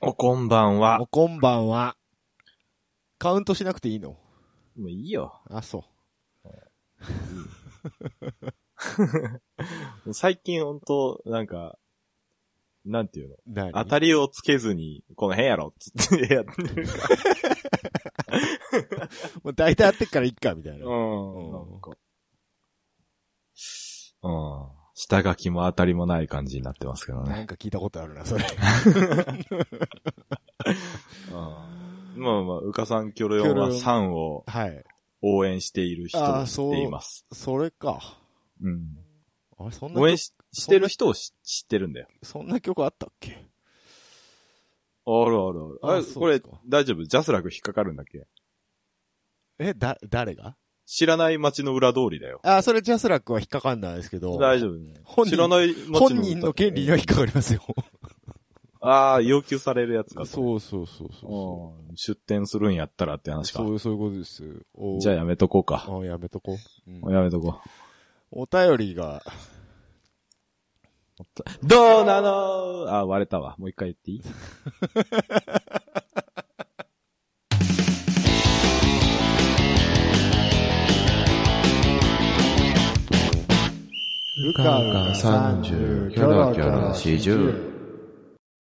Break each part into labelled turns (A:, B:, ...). A: おこんばんは
B: お。こんばんは。カウントしなくていいの
A: もういいよ。
B: あ、そう。
A: 最近ほんと、なんか、なんていうの
B: 何
A: 当たりをつけずに、この辺 やろっつってやってる。
B: もう大体合ってっからいっか、みたいな。
A: ん
B: なんか
A: うん。下書きも当たりもない感じになってますけど
B: な
A: ね。
B: んか聞いたことあるな、それ。
A: うん。まあまあ、うかさんきょろよんはさんを
B: はい。
A: 応援している人
B: あ
A: を
B: ー
A: 知
B: そう
A: っています。
B: それか。
A: うん。
B: あれ、そんな
A: 応援
B: 曲、
A: ししてる人をし知ってるんだよ。
B: そんな曲あったっけ
A: あるあるある。あ
B: あ
A: れ、
B: そう
A: これ
B: ですか、
A: 大丈夫ジャスラク引っかかるんだっけ
B: え、だ、誰が
A: 知らない街の裏通りだよ。
B: あ、それジャスラックは引っかかんないですけど。
A: 大丈夫ね。
B: 本人
A: 知らない街の裏
B: 本人の権利には引っかかりますよ。
A: ああ、要求されるやつか。う。
B: そうそうそうそ
A: うん出店するんやったらって
B: う。
A: 話か
B: そ。う、そういうことです。お
A: じゃあやめとこうか。
B: あ、やめとこう。うん
A: やめとこ
B: お便りが、
A: う。どうなのあー、割れたわ。もう一回言っていい
B: う
C: かうか30キョロキョロ40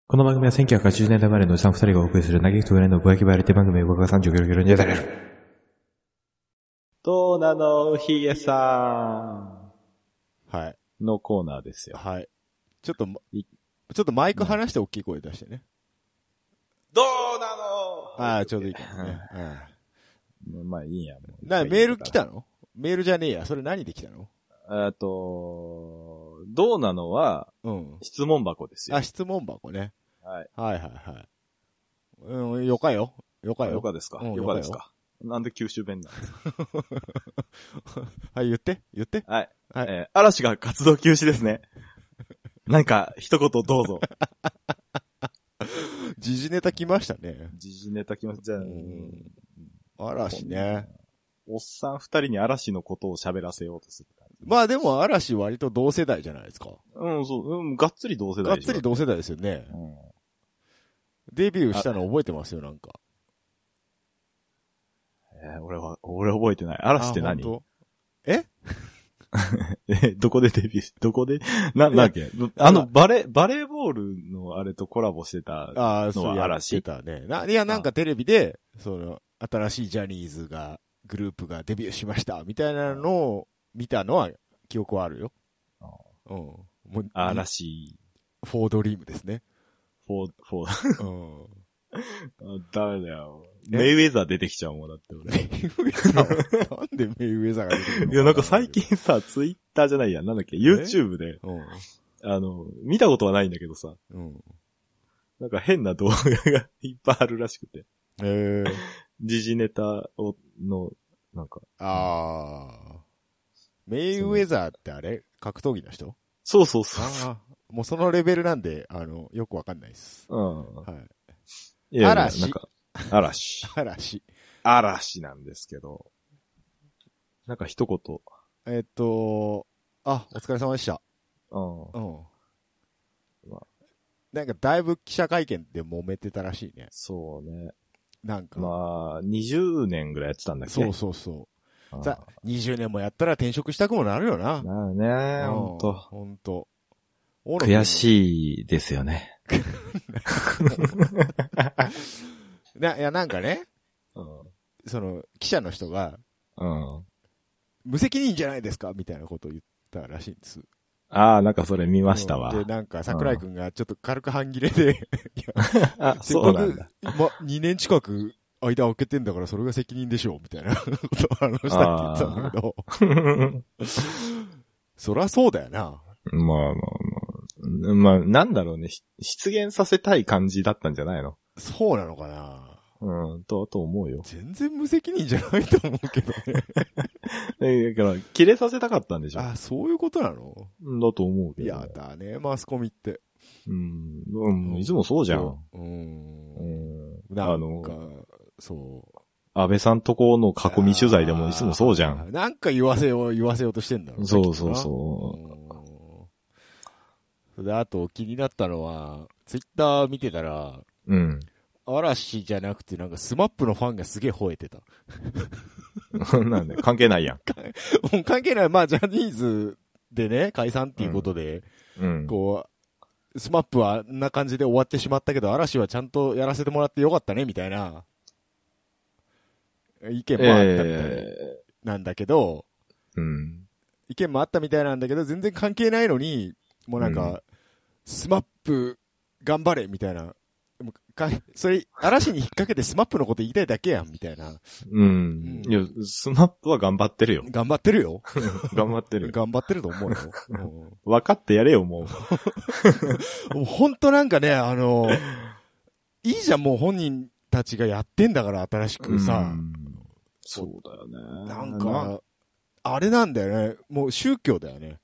D: この番組は1980年代生まれのおじさん2人がお送りする嘆きと憂いのぼやきバラエティ番組、僕が3 0キロキロにやられる。
A: どうなのヒゲさ
B: はい。
A: ん。のコーナーですよ。
B: はい。ちょっとま、
A: い
B: ちょっとマイク離して大きい声出してね。
A: どうな
B: ああ、ちょうどいいからね。うん
A: のまあいいや。もう
B: な、メール来たのメールじゃねえや。それ何で来たの
A: えっと、どうなのは
B: うん。
A: 質問箱ですよ
B: あ、。質問箱ね。
A: はい。
B: はいはいはい。うん、よかよ。よかよ。
A: よかですか
B: うん
A: よかですかなんで九州弁なんですか
B: はい、言って、言って。
A: はい。
B: はい
A: えー嵐が活動休止ですね。 なんか、一言ど うぞ。
B: 時事ネタ来ましたね。
A: 時事ネタ来ました。じゃあ、
B: うん嵐ね。
A: おっさん二人に嵐のことを喋らせようとする感じ。
B: まあでも嵐割と同世代じゃないですか。
A: うん、そう、うん、がっつり同世
B: が
A: 代
B: っつり同世代ですよね。
A: うん。
B: デビューしたの覚えてますよ、なんか。
A: えー俺は、俺覚えてない。嵐って何
B: あ本
A: え、 どこでデビューどこ でな、なんだっけあの、バレ、バレーボールのあれとコラボして
B: 当
A: た、
B: ああ、そう
A: の
B: やっ
A: 嵐
B: てたね。ないや、なんかテレビで、その、新しいジャニーズが、グループがデビューしました、みたいなのを見たのは、記憶はあるよ
A: あ。
B: うん。もう、
A: 嵐、
B: フォードリームですね。
A: フォー、フォー、
B: うん。
A: あダメだよ。
B: え
A: メイウェザー出てきちゃうもんだって
B: メ
A: 俺。
B: イウェザーはなんでメイウェザーが出てくるの
A: いや、なんか最。近さ、ツイッターじゃないや、なんだっけ、YouTube で、
B: うん。
A: あの、見たことはないんだけどさ、
B: うん。
A: なんか変な動画がいっぱいあるらしくて、
B: えー、
A: 時事ネタを、の、なんか、
B: あー。メイウェザーってあれ格闘技の人
A: そうそうそうそ
B: ああ。もうそのレベルなんで、あの、よくわかんないです。
A: う。うん。
B: はい。
A: いやいや
B: 嵐
A: なんか、嵐。
B: 嵐。
A: 嵐なんですけど、なんか一言、
B: えっと、あ、お疲れ様でした。
A: うん。
B: うん
A: まあ。
B: なんかだいぶ記者会見で揉めてたらしいね。
A: そうね。
B: なんか。
A: まあ、20年ぐらいやってたんだっけ
B: そうそうそ
A: うん
B: う。さ、20年もやったら転職したくもなるよな。
A: なるね、ほんと。
B: ほんと。
A: 悔
B: い。
A: しいですよね。
B: ないや、なんかね、
A: うん。
B: その、記者の人が、
A: うん。
B: 無責任じゃないですかみたいなことを言ったらしいんです。
A: ああ、なんかそれ見ましたわ。
B: で、なんか、桜井くんがちょっと軽く半切れで、
A: あ、
B: せっ
A: そう
B: か
A: なん
B: く
A: だ。、
B: ま、2年近く間空けてんだからそれが責任でしょう、みたいなことを話したって言ってたんだけど、そりゃそうだよな。
A: まあまあまあ。まあ、なんだろうね。ひ出現させたい感じだったんじゃないの
B: そうなのかな。
A: うん、と、と思うよ。
B: 全然無責任じゃないと思うけど ね。
A: えだから、切れさせたかったんでしょだ
B: あ、そういうことなの
A: と思うけど。
B: いやだね、マスコミって。
A: うん、うん、いつもそうじゃん。
B: う。
A: うんん。
B: な
A: あ
B: ん
A: の
B: か、そう。
A: 安倍さんとこの囲み取材でもいつもそうじゃ
B: あ
A: ん。
B: ー。なんか言わせよう、言わせようとしてんだろね
A: そうそう
B: きっ
A: そ
B: となうん。で、あと気になったのは、ツイッター見てたら、
A: う。
D: うん。
B: 嵐じゃなくてなんかスマップのファンがすげえ吠えてた。
A: なんで、関係ないやん。
B: もう関係ない。まあ、ジャニーズでね、解散っていうことで、
A: うん。
B: こう、スマップはあんな感じで終わってしまったけど、嵐はちゃんとやらせてもらってよかったね、みたいな、意見もあったみたい
A: え
B: なんだけど、
A: ーうん。
B: 意見もあったみたいなんだけど、全然関係ないのに、もうなんか、スマップ頑張れ、みたいな。もうかそれ、嵐に引っ掛けてスマップのこと言いたいだけやん、みたいな。
A: うん。いや、スマップは頑張ってるよ。
B: 頑張ってるよ。
A: 頑張ってる。
B: 頑張ってると思うよ。うん
A: 分かってやれよ、もう。
B: も う本当なんかね、あの、いいじゃん、もう本人たちがやってんだから、新しくさ。
A: うんそうだよね。
B: なんか、あれなんだよね。もう宗教だよね。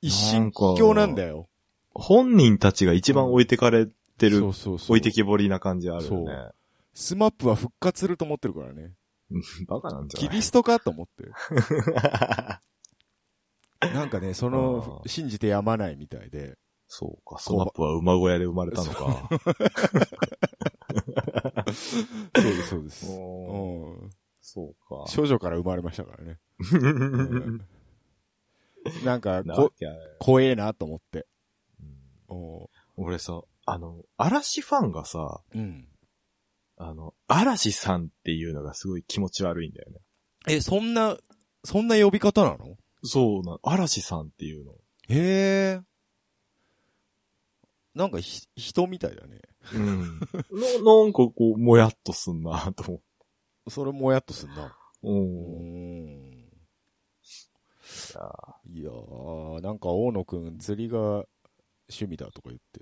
B: 一神教なんだよ。
A: 本人たちが一番置いてかれてる、
B: そうそうそう
A: 置いてきぼりな感じあるよね。
B: スマップは復活すると思ってるからね。
A: バカなんじ
B: キ
A: ゃない
B: リストかと思 って。なんかね、その
A: あ、ー
B: 信じてやまないみたいで。
A: そうか、スマップは馬小屋で生まれたのか。
B: そうです、 そうです。
A: おー
B: うん
A: そう か。
B: 少女から生まれましたからね。うんなんか
A: な
B: こ、
A: きゃ
B: 怖えなと思って。おー
A: 俺さ、あの、嵐ファンがさ、
B: うん。
A: あの、嵐さんっていうのがすごい気持ち悪いんだよね。
B: え、そんな、そんな呼び方なの
A: そうな、嵐さんっていうの。
B: へえ。なんかひ、人みたいだね。
A: うん。の、なんかこう、もやっとすんなと思
B: それもやっとすんな。う
A: う。うん。
B: ん。いやー、なんか大野くん釣りが趣味だとか言って。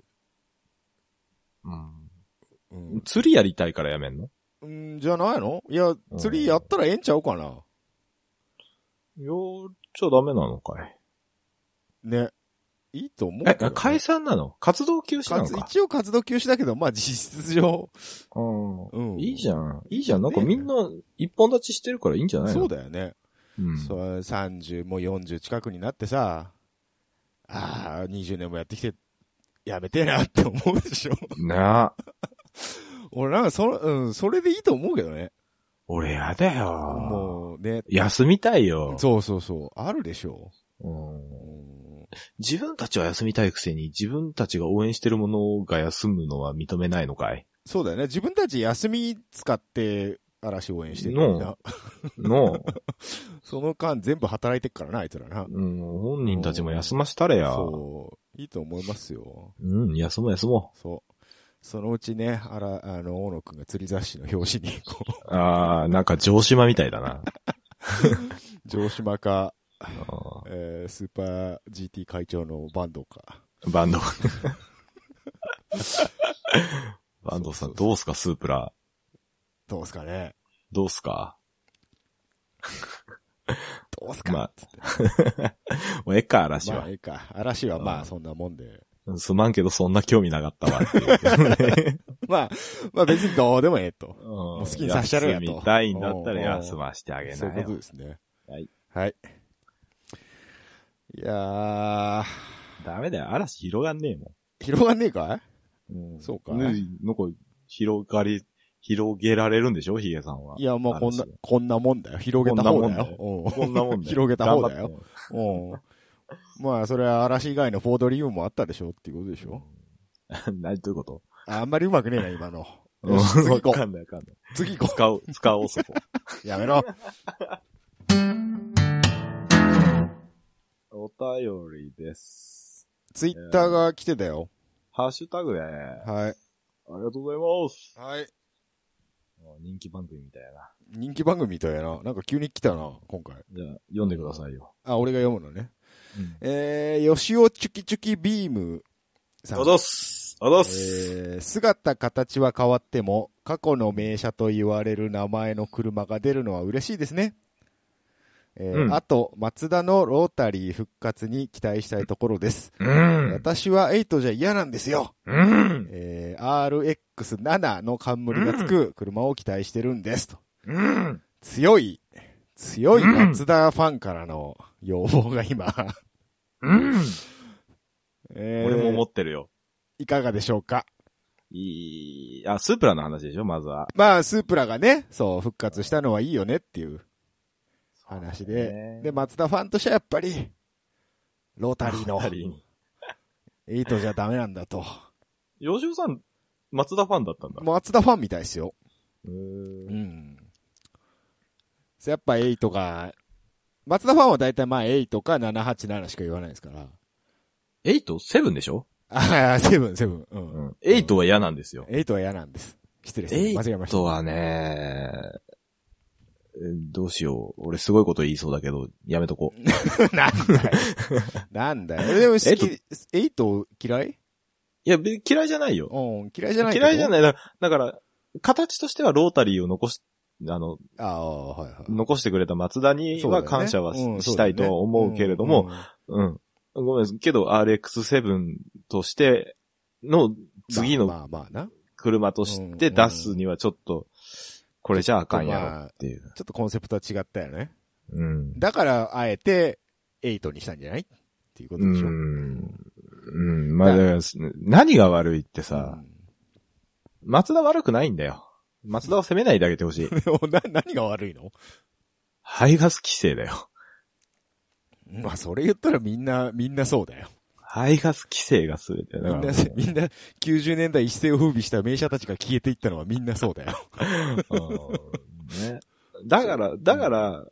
B: う
A: うん
B: ん。
A: 釣りやりたいからやめんの
B: うん、じゃないのいや、釣りやったらええんちゃうかな。
A: いや、ちゃダメなのかい。
B: ね。いいと思うけ
A: え
B: どね、、
A: 解散なの活動休止な
B: か
A: の
B: つ
A: か
B: 一応活動休止だけど、まあ実質上。
A: う
B: うん。
A: ん。いいじ
B: ゃ
A: ゃん。いいじゃん。なんかみんな一本立ちしてるからいいんじゃないの
B: そうだよね。
A: うん。
B: そう30もう40近くになってさ、ああ、20年もやってきて、やめてえなって思うでしょ。
A: なあ。
B: 俺なんかそ、うん、それでいいと思うけどね。
A: 俺やだよ。
B: もうね。
A: 休みたいよ。
B: そうそうそう。あるでしょ
A: うん
B: う。うん
A: 自分たちは休みたいくせに自分たちが応援してるものが休むのは認めないのか い
B: そうだよね。自分たち休み使って、嵐応援してる
A: の
B: みんな。
A: の、
B: その間全部働いてっからな、あいつらな。
A: うん、本人たちも休ましたれや。
B: そう。いいと思いますよ。
A: うん、休もう休も
B: そう。そのうちね、あら、あの、大野くんが釣り雑誌の表紙に、こう、
A: う。ああ、なんか城島みたいだな。
B: 城島か、
A: あ
B: えースーパー GT 会長のバンドか。
A: ーバンド。バンドさん、どうすか、スープラ。
B: どうすかね
A: どうすか
B: どうす
A: まあ
B: つって
A: もうええか、嵐
B: ま
A: は
B: あ、い。いか。嵐はま
A: う
B: あ、
A: ん
B: そんなもんで。
A: すまんけど、そんな興味なかったわっていう。
B: まあ、まあ別にどうでもええと。
A: も
B: う好きにさせてやれやと
A: 休みたいんだったら休ましてあげ
B: そう
A: ない
B: いう
A: よ
B: ことですね。
A: はい。
B: はい。いやー、
A: ダメだよ、嵐広がんねえもん。
B: 広がんねえか
A: うん
B: そうか
A: ねなんか、広がり、広げられるんでしょヒゲさんは。
B: いいや、まあこんな
A: 嵐、
B: こんなもんだよ。広げた方
A: こん
B: だ
A: なも
B: よ
A: んだよ。
B: うん
A: こんなもんね。
B: 広げた方だよ
A: 頑張って。
B: うん。まあ、それは嵐以外のフォード理由もあったでしょっていうことでしょ
A: 何どういうこと
B: あんまりうまくね えな、今の。
A: うん
B: よし次行こ
A: わか
B: う。
A: んないわかんない。
B: 次行こ
A: 使おう、使おう、そこ。
B: う。や めろ。
A: お便りです。
B: ツイッターが来てたよ。
A: ハッシュタグで、あ
B: はい。
A: りがとうございます。
B: はい。
A: 人気番組みたいな。
B: 人気番組みたいな。なんか急に来たな、今回。
A: じゃあ、読んでくださいよ。
B: あ、俺が読むのね。えー、吉尾チュキチュキビームさん。
A: どすおど
B: えー姿形は変わっても、過去の名車と言われる名前の車が出るのは嬉しいですね。えー
A: うん
B: あと、マツダのロータリー復活に期待したいところです。
A: うん。
B: 私は8じゃ嫌なんですよ。
A: うん。
B: えー RX7 の冠がつく車を期待してるんです。と
A: うん。
B: 強い、強い
A: うん
B: 松田ファンからの要望が 今、
A: うん。
B: えー
A: 俺も思ってるよ。
B: いかがでしょうか
A: いい、あ、スープラの話でしょ、まずは。
B: まあ、スープラがね、そう、復活したのはいいよねっていう話で。
A: ね
B: で、松田ファンとしてはやっぱり、ロータリーの
A: ロ、タリーに
B: エイトじゃダメなんだと。
A: 吉尾さん、松田ファンだったんだ。
B: 松田ファンみたいですよ。
A: うー
B: うんん。そうやっぱエイトが、松田ファンは大体まあエイトか787しか言わないですから。
A: エイトセブンでしょ
B: ああ、セブン、セブン。う。
A: うんん。エイトは嫌なんですよ。
B: エイトは嫌なんです。失礼し
A: エ
B: ました。間違えま
A: イ
B: した。
A: トはね、えどうしよう。俺すごいこと言いそうだけど、やめとこう。
B: なんだよ。なんだよ。でも好き、エイト嫌い
A: いや、べ嫌いじゃないよ。
B: うん、嫌いじゃないけど。
A: 嫌いじゃ
B: い。
A: ない。だだから、形としてはロータリーを残し、あの、
B: ああ、はいはい。
A: 残してくれた松田に
B: そうだよ
A: は
B: ね
A: 感謝はし,、
B: うんそ
A: た
B: だよ
A: い
B: ね
A: とは思うけれど
B: うん
A: も、
B: うん
A: うん。ごめん、けど RX7 としての次
B: ま
A: の
B: あまあまあな。
A: 車として出すにはちょっと、これじゃあかんやろっていう。
B: ちょっとコンセプトは違ったよね。
A: うん。
B: だから、あえて、エイトにしたんじゃないっていうこ
A: う
B: とでしょ。
A: ん。うん。まあ、だから何が悪いってさ、松田悪くないんだよ。松田を責めないであげてほしい。
B: うん な何が悪いの
A: 排ガス規制だよ。
B: まあ、それ言ったらみんな、みんなそうだよ。
A: 排ガス規制が全てだ
B: み
A: か
B: んな
A: ら。、
B: みんな、90年代一世を風靡した名車たちが消えていったのはみんなそうだよ。
A: うんねだから、だから、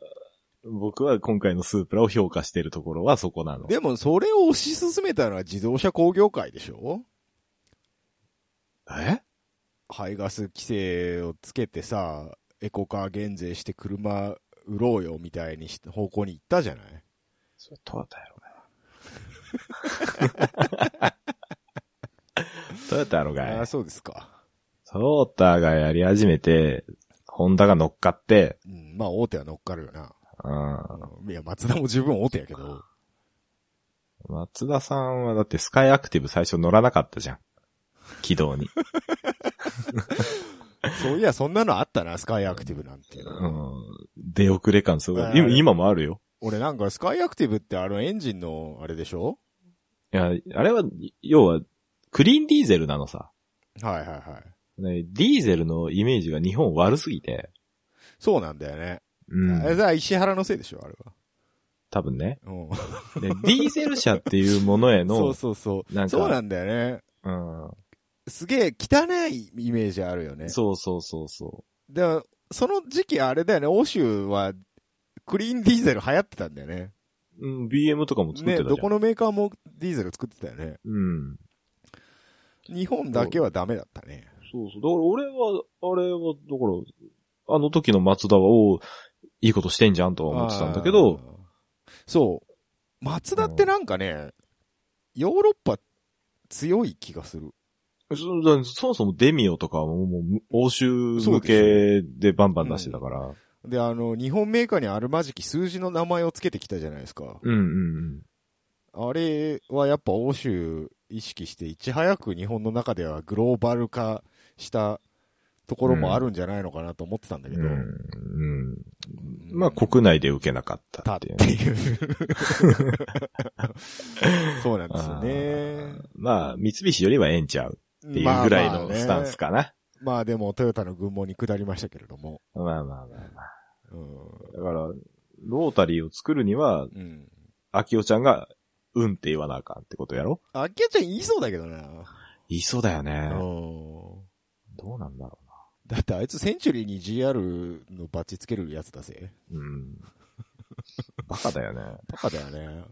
A: 僕は今回のスープラを評価しているところはそこなの。
B: でも、それを推し進めたのは自動車工業界でしょ
A: え
B: 排ガス規制をつけてさ、エコカー減税して車売ろうよみたいにし方向に行ったじゃない
A: それトヨタやろがい。 トヨタやろ
B: あ
A: が
B: あ、
A: い。
B: そうですか。
A: トヨタがやり始めて、ホンダが乗っかって、
B: うん、まあ大手は乗っかるよな。
A: うん
B: いや、松田も十分大手やけど。
A: 松田さんはだってスカイアクティブ最初乗らなかったじゃん。軌道 に。
B: そういや、そんなのあったな、スカイアクティブなんていう
A: う
B: の。
A: ん。出遅れ感すご
B: あ
A: い。
B: ー
A: 今今もあるよ。
B: 俺なんか、スカイアクティブってあのエンジンの、あれでしょ
A: いや、あれは、要は、クリーンディーゼルなのさ。
B: はいはいはい。
A: ね、ディーゼルのイメージが日本悪すぎて。
B: そうなんだよね。
A: う
B: あれ
A: ん。
B: さ、石原のせいでしょ、あれは。
A: 多分ね。
B: うん。
A: で、ディーゼル車っていうものへの、
B: そうそうそ
A: なんか
B: う。そうなんだよね。
A: うん。
B: すげえ汚いイメージあるよね。
A: そうそうそうそ
B: でも、その時期あれだよね、欧州は、クリーンディーゼル流行ってたんだよね。
A: う。うん、BM とかも作って
B: ね、
A: たじゃん。
B: どこのメーカーもディーゼル作ってたよね。
A: うん。
B: 日本だけはダメだったね。
A: そうそう。だから俺は、あれは、だから、あの時の松田は、おういいことしてんじゃんとは思ってたんだけど、
B: あー。そう。松田ってなんかね、ヨーロッパ強い気がする。
A: そだそもそもデミオとかはもうもう欧州向けでバンバン出してたから。
B: で、あの、日本メーカーにあるまじき数字の名前をつけてきたじゃないですか。
A: うんうんうん。
B: あれはやっぱ欧州意識して、いち早く日本の中ではグローバル化したところもあるんじゃないのかなと思ってたんだけど。
A: うんうんまあ、国内で受けなかった
B: た
A: っ
B: って
A: いうね、
B: ていう。 そうなんですよね。
A: まあ、三菱よりはええんちゃうっていうぐらいのスタンス
B: か。
A: かな。
B: まあ、まあでもトヨタの軍門に下りましたけれども。
A: まあまあまあまあ。
B: う
A: だから、ロータリーを作るには、
B: ん。うん。
A: 秋代ちゃんが、うんって言わなあかんってことやろ
B: あきやちゃん言いそうだけどな。
A: 言いそうだよね
B: うん。
A: どうなんだろ
B: だってあいつセンチュリーに GR のバッチつけるやつだぜ。
A: うな。うん。バカだよね。
B: バカだよね。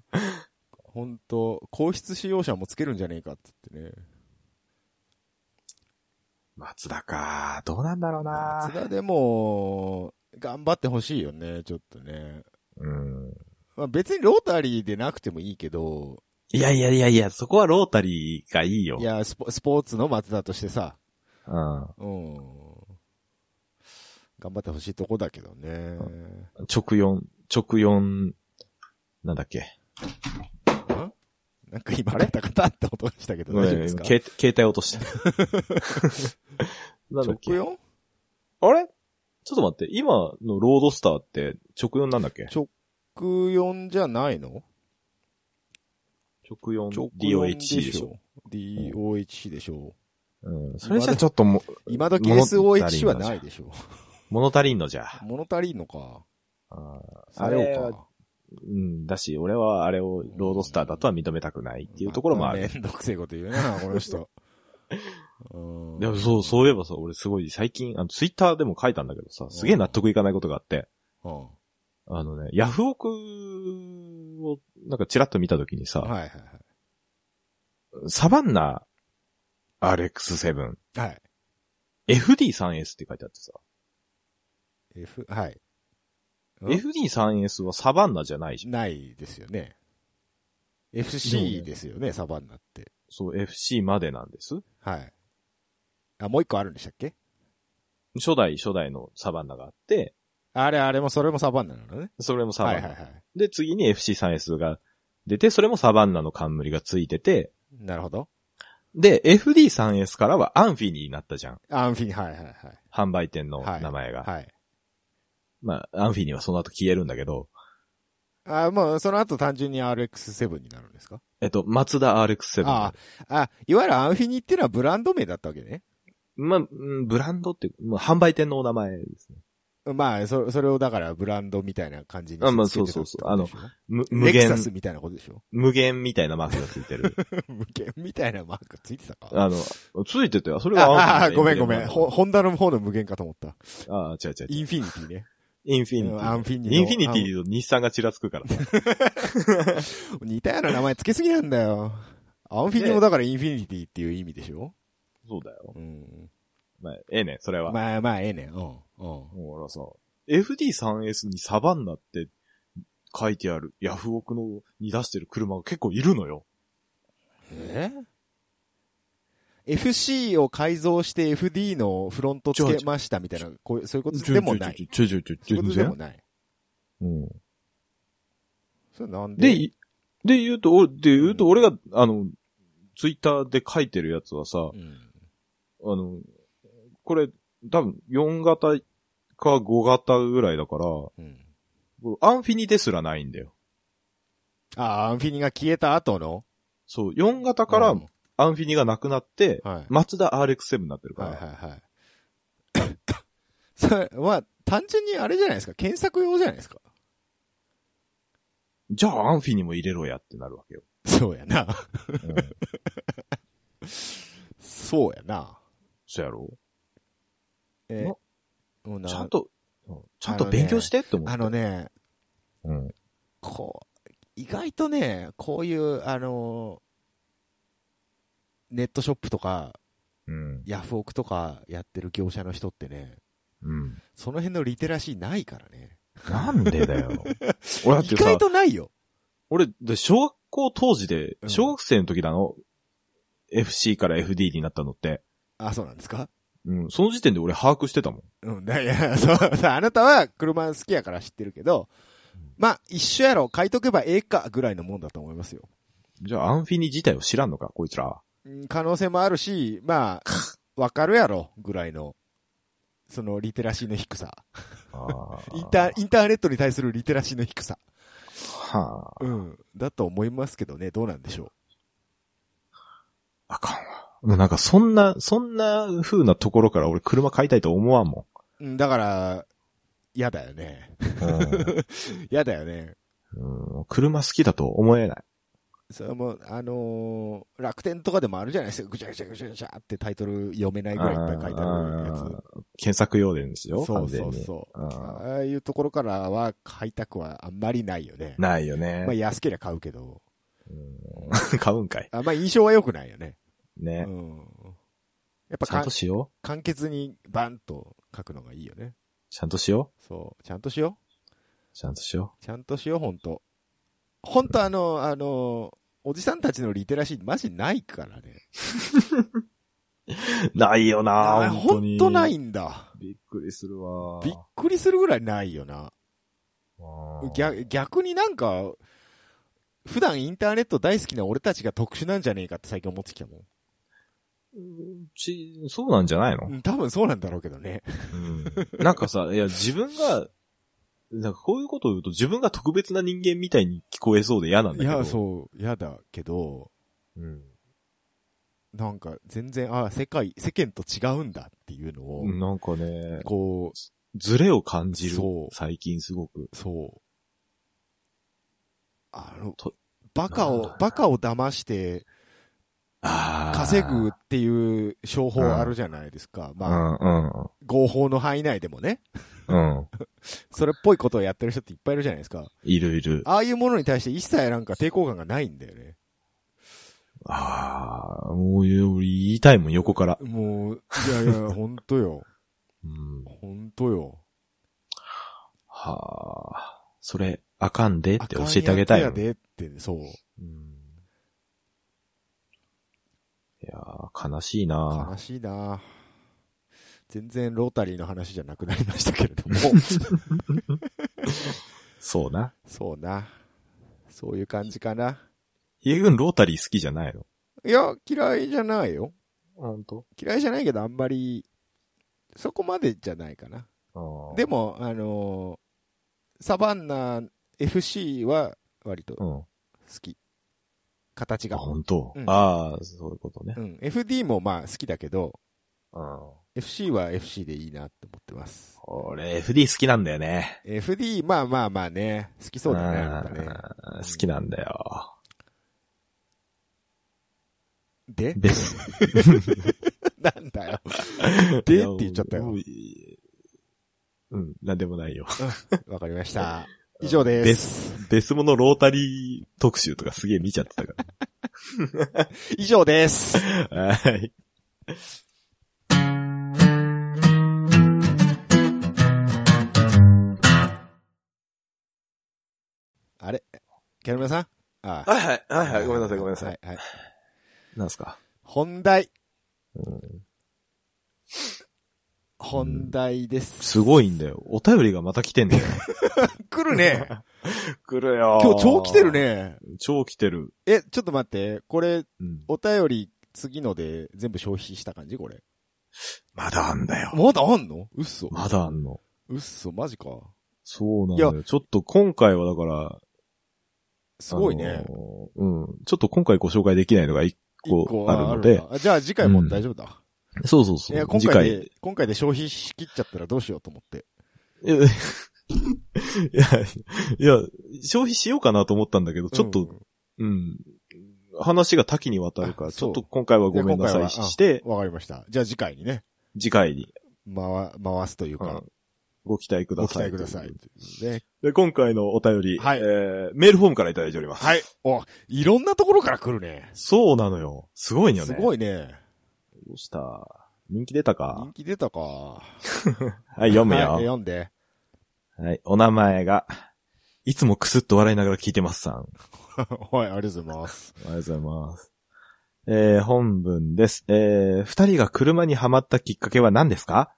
B: ほんと、皇室使用者もつけるんじゃねえかっつってね。
A: 松田か。どうなんだろうな
B: 松。田でも、頑張ってほしいよね、ちょっとね。
A: うん。
B: まあ別にロータリーでなくてもいいけど、
A: いやいやいやいや、そこはロータリーがいいよ。
B: いやスポ、スポーツの松田としてさ、
A: うん。
B: うん。頑張ってほしいとこだけどね。
A: 直四、直四、なんだっけ。
B: なんか今、カタカタって音がしたけど、大丈夫ですか
A: ごめん携携帯落とした。 なんだっけ
B: 直四
A: あれちょっと待って、今のロードスターって直四なんだっけ
B: 直四じゃないの
A: 直四
B: 直四
A: DOHC でしょ。
B: ょ。DOHC でしょ。
A: うん。それじゃちょっとも、
B: 今時
A: 物足りんのじゃ
B: SOH はないでしょ。
A: 物足りんのじゃ。
B: 物足りんのか。
A: あー
B: さよ
A: あ
B: う
A: れ
B: か。
A: うん。だし、俺はあれをロードスターだとは認めたくないっていうところもある。
B: まためんどくせえこと言うな、こ の人。うん
A: でもそう、そういえばさ、俺すごい最近、あの、ツイッターでも書いたんだけどさ、すげえ納得いかないことがあって、
B: うん。
A: あのね、ヤフオクをなんかチラッと見たときにさ、
B: はいはい
A: サバンナ RX7、
B: はい。はい。
A: FD3S って書いてあってさ、
B: F、はい。うん
A: FD3S はサバンナじゃないじゃん。
B: ないですよね。FC ですよね、サバンナって。
A: そう、FC までなんです。
B: はい。あ、もう一個あるんでしたっけ
A: 初代、初代のサバンナがあって、
B: あれ、あれも、それもサバンナなのね。
A: それもサバ
B: は
A: ン
B: い
A: ナ。
B: はいはい。
A: で、次に FC3S が出て、それもサバンナの冠がついてて、
B: なるほど。
A: で、FD3S からはアンフィニーになったじゃん。
B: アンフィニ、はいはいはい。
A: 販売店の名前が。
B: はい。
A: まあ、アンフィニーはその後消えるんだけど、
B: あ、もう、その後単純に RX7 になるんですか
A: えっと、マツダ RX7。
B: ああ、いわゆるアンフィニっていうのはブランド名だったわけね。
A: まあ、うんブランドって、まあ、販売店のお名前ですね。
B: まあ、そ、それをだからブランドみたいな感じに
A: あまあ
B: つけてた
A: そうそうそう
B: ってことでしょ
A: む無
B: レクサ
A: 限、
B: スみたいなことでしょ
A: 無限みたいなマークがついてる。
B: 無限みたいなマークついてたか
A: あの、ついてたよ。それは
B: あ
A: アンフ
B: あ、
A: ィニー
B: ご
A: の
B: め
A: エ
B: ん
A: ンブ
B: ご
A: レム
B: めん。ほホンダの方の無限かと思った。
A: ああ、違う違う違う。
B: インフィニティね。
A: インフィニテ
B: アン
A: ィ。
B: フィニティの。
A: インフィニティと日産がちらつくからさ。
B: あ似たような名前つけすぎなんだよ。アンフィニもだからインフィニティっていう意味でしょ
A: そうだよ。
B: うん。
A: まあ、ええねん、それは。
B: まあまあ、ええねん。うん。うん。
A: ほらさ、FD3S にサバンナって書いてあるヤフオクのに出してる車が結構いるのよ。
B: え FC を改造して FD のフロントつけましたみたいな、こういう、そういうことでもない。
A: ちょちょちょ
B: そう
A: ち
B: い
A: ょ
B: う
A: 全
B: ことでも
A: 然。
B: ない。
A: うん
B: それなん
A: で、
B: で
A: いで言うと、おで言うと俺が、あの、ツイッターで書いてるやつはさ、
B: うん
A: あの、これ多分4型か5型ぐらいだから、
B: うん。
A: これアンフィニですらないんだよ。
B: あーアンフィニが消えた後の
A: そう、4型から
B: うん
A: アンフィニがなくなって、
B: はい。
A: マツダ RX7 になってるか
B: はい
A: ら。
B: はいはい。 それは、単純にあれじゃないですか。検索用じゃないですか。
A: じゃあアンフィニも入れろやってなるわけよ。
B: そうやな。
A: うん
B: そうやな。
A: そやろ
B: え
A: な
B: ーもうな
A: ちゃんと、ちゃんと勉強してって思って。
B: あのね、
A: うん。
B: こう、意外とね、こういう、あのーネットショップとか、
A: うん。
B: ヤフオクとかやってる業者の人ってね、
A: うん。
B: その辺のリテラシーないからね。
A: なんでだよ。 俺だっ
B: 意
A: てさ
B: 外、とないよ。
A: 俺、で小学校当時で、
B: うん
A: 小学生の時だの、FC から FD になったのって、
B: あ、そうなんですか
A: うん、その時点で俺把握してたもん。
B: うん、だいや、そう、そうあなたは車好きやから知ってるけど、まあ、一緒やろ、買いとけばええか、ぐらいのもんだと思いますよ。
A: じゃあアンフィニ自体を知らんのか、こいつら。
B: うん可能性もあるし、まあ、わかるやろ、ぐらいの、その、リテラシーの低さ。
A: あ
B: インター、インターネットに対するリテラシーの低さ。
A: はあ、
B: うん。だと思いますけどね、どうなんでしょ
A: あかんわ。なんかそんな、そんな風なところから俺車買いたいと思わんも
B: う。うん、だから、嫌だよね。
A: ん。
B: 嫌だよね。
A: うん、うん車好きだと思え ない。
B: それも、あのー楽天とかでもあるじゃないですか。ぐちゃぐちゃぐちゃぐちゃってタイトル読めないぐらいいっぱい書いてあるやつ。
A: あー検索用でですよ、
B: そうそ
A: 完全
B: う
A: に
B: そう。
A: うん
B: ああいうところからは買いたくはあんまりないよね。
A: ないよね。
B: まあ安ければ買うけど、
A: 買うんか い。
B: あまあ印象は良くないよね。う
A: ね。
B: ん。やっぱ
A: ちゃん
B: か
A: としよ
B: 簡潔にバンと書くのがいいよね。
A: う。ちゃんとしよ
B: そう。ちゃんとしよ
A: う。ちゃんとしよ
B: う。ちゃんとしよう、ほんと。ほんとあの、あの、おじさんたちのリテラシーマジないからね。
A: う。ないよな
B: ーほんとな。いんだ。
A: びっくりするわ
B: びっくりするぐらいないよな。
A: 逆。
B: 逆逆になんか、普段インターネット大好きな俺たちが特殊なんじゃねえかって最近思ってきたもん。
A: ち、そうなんじゃないの
B: うん多分そうなんだろうけどね。
A: うんなんかさ、いや、自分が、なんかこういうことを言うと自分が特別な人間みたいに聞こえそうで嫌なんだ
B: い
A: けど。
B: や、そう、嫌だけど、
A: うん。
B: なんか全然、あ世界、世間と違うんだっていうのを、
A: なんかね、
B: こ
A: ズレを感じる
B: そう。
A: 最近すごく。
B: う、そう。あの
A: と、
B: バカ
A: なんだ
B: を、バカを騙して
A: ああ。
B: 稼ぐっていう商法あるじゃないですか。
A: う
B: まあ、
A: ん、
B: 合法の範囲内でもね、
A: うん、うん。
B: それっぽいことをやってる人っていっぱいいるじゃないですか。
A: いるいる。
B: ああいうものに対して一切なんか抵抗感がないんだよね。
A: ああ、もう俺言いたいもん、横から。
B: もう、いやいや、 ほんとよ。
A: うん。
B: ほんとよ。
A: はあ。それ、あかんでっ
B: って
A: 教えてあげたい
B: や
A: もん。
B: つやでって、そう。
A: うんいやー、悲しいな
B: 悲しいな全然ロータリーの話じゃなくなりましたけ れども。
A: そうな。
B: そうな。そういう感じかな。
A: ヒゲ君ロータリー好きじゃないの
B: いや、嫌いじゃないよ。
A: 本当
B: 嫌いじゃないけど、あんまり、そこまでじゃないかな。で、も、あのーサバンナ FC は割と
A: う
B: 好
A: ん。
B: き。形
A: あ、
B: が。
A: 本当、
B: うん
A: ああ、そういうことね
B: う。ん。FD もまあ好きだけど、
A: うん。
B: FC は FC でいいなって思ってます。
A: 俺、FD 好きなんだよね。
B: FD、まあまあまあね、好きそうだね、なんかね。
A: うん好きなんだよ。
B: で
A: ベス
B: なんだよ。でって言っちゃったよ
A: もういうん、なんでもないよ。
B: わかりました。以上です。
A: ベスモのロータリー特集とかすげえ見ちゃってたか
B: 以上です。
A: ら。はい。
B: あれキャルメさんあ
A: はいはい、は
B: あ
A: い。。
B: はい、はい。
A: なんすか
B: 本題。本題です。
A: すごいんだよ。お便りがまた来てんだよ。
B: 来 るね。
A: 来るよ
B: 今日超来てる。ね。
A: 超来てる。
B: え、ちょっと待って。これ、
A: うん。
B: お便り、次ので全部消費した感じこれ。
A: まだあんだよ。
B: まだあんの嘘。
A: まだあんの。
B: 嘘、マジか。
A: そうなんだよ。ちょっと今回はだから、
B: すごいね。
A: あのーうん。ちょっと今回ご紹介できないのが一
B: 一
A: 個
B: 個
A: あるので
B: ん。だじゃあ次回も大丈夫だ。
A: そうそうそう。
B: いや、今
A: 次
B: 回
A: 回
B: で、今回で消費しきっちゃったらどうしようと思って。
A: い や、いや、いや消費しようかなと思ったんだけど、ちょっと、うん、話が多岐にわたるか
B: あ
A: ら、ち
B: そ
A: ょ
B: う
A: っと今回は
B: うん、
A: ごめんなさ
B: じゃあ
A: い
B: 今回は
A: して
B: うん、わかりました。じゃあ次回にね、
A: 次回に、
B: 回、回すという
A: う
B: か
A: ん、ご期待くだ
B: ご期
A: さい。
B: 待ください。ね
A: で、今回のお便り、
B: はい
A: えーメールフォームからいただいております。
B: はい。お、いろんなところから来るね。
A: そうなのよ。すごいよね。
B: す
A: い。
B: ごいね。
A: どうした人気出たか
B: 人気出たか。は
A: はい、読むよ。
B: い読んで。
A: はい、お名前が、いつもクスッと笑いながら聞いてますさん。あ
B: はい、ありがとうございます。
A: りがとうございます。えー、本文です。えー、二人が車にハマったきっかけは何ですか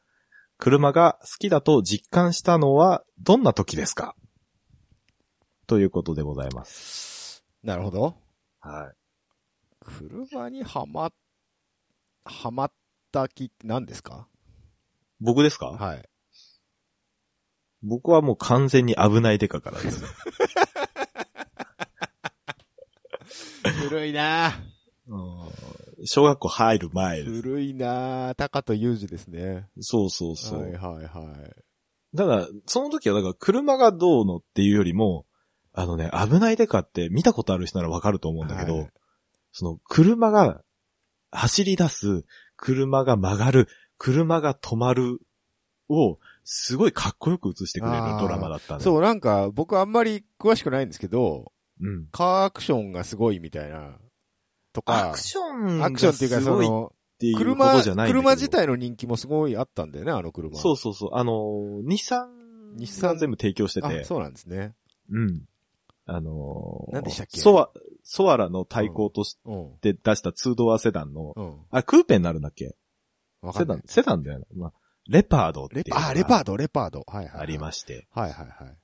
A: 車が好きだと実感したのはどんな時ですかということでございます。
B: なるほど。
A: は
B: 車にはま、はまったき、何ですか
A: い。僕ですか
B: はい。
A: 僕はもう完全に危ないデカからです。
B: 古いな
A: うん小学校入る前です。
B: 古いな高と裕二ですね。
A: そうそうそう。
B: はいはいはい。
A: ただ、その時は、だから、車がどうのっていうよりも、あのね、危ないデカって見たことある人ならわかると思うんだけど、
B: はい
A: その、車が走り出す、車が曲がる、車が止まるを、すごいかっこよく映してくれる
B: あー
A: ドラマだったね。
B: そう、なんか、僕あんまり詳しくないんですけど、
A: うん。
B: カーアクションがすごいみたいな、と
A: ア
B: か、
A: クション
B: アクションっていうか、
A: す
B: そ
A: ごいっ
B: の、
A: ていうこ
B: 車、
A: とじゃないんだけど
B: 車自体の人気もすごいあったんだよね、あの車。
A: そうそうそう。あの、日産
B: 日産
A: 全部提供してて
B: あ、そうなんですね。
A: うん。あのー
B: 何でしたっけ
A: ソア、ソアラの対抗とし
B: うん。
A: て出したツードアセダンの、
B: うん。
A: あ、クーペになるんだっけ
B: わか
A: セ
B: んな
A: ダ
B: い
A: ン、。セダンだよな。まあ、レパードってい
B: レ
A: うの
B: パ、
A: が
B: あ、レパード、レパード。はいはい、
A: ありま
B: し
A: して。
B: た。はいはいはい。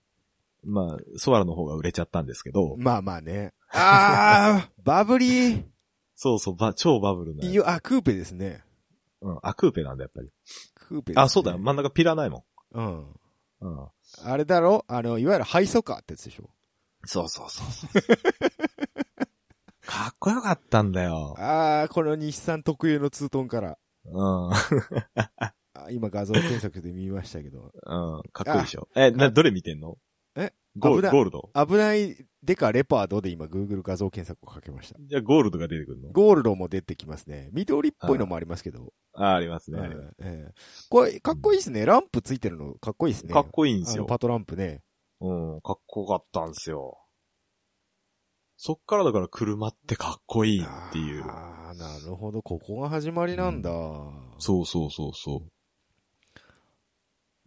A: まあ、ソアラの方が売れちゃったんですけど、
B: まあまあね。あー、 バブリー、
A: そうそう、ば、超バブルなや
B: い
A: つ。
B: いよあ、クーペですね。
A: うん、あ、クーペなんだ、やっぱり。
B: クーペですね
A: あ、そうだよ、。真ん中ピラないも
B: うん。
A: ん。うん。
B: あれだろあの、いわゆるハイソカーってやつでしょ。
A: そうそうそうそう。 かっこよかったんだよ。
B: あー、この西さん特有のツートンカラー。
A: うん。うん。
B: あ今画像検索で見ましたけど。
A: かっこいいでしょ。え、な、どれ見てんの
B: え
A: ゴー
B: 油
A: ルゴールド
B: 危ないデカレパードで今 Google 画像検索をかけました。
A: じゃあゴールドが出てくるの
B: ゴールドも出てきますね。緑っぽいのもありますけど。
A: あ、ありますね。
B: うんええこれ、かっこいいですね。ランプついてるのかっこいいですね。
A: かっこいいんです
B: あの
A: よ。
B: パトランプね。
A: うん、かっこよかったんですよ。そっからだから車ってかっこいいっていう。
B: ああ、なるほど。ここが始まりなんだ。
A: そうそうそうそう。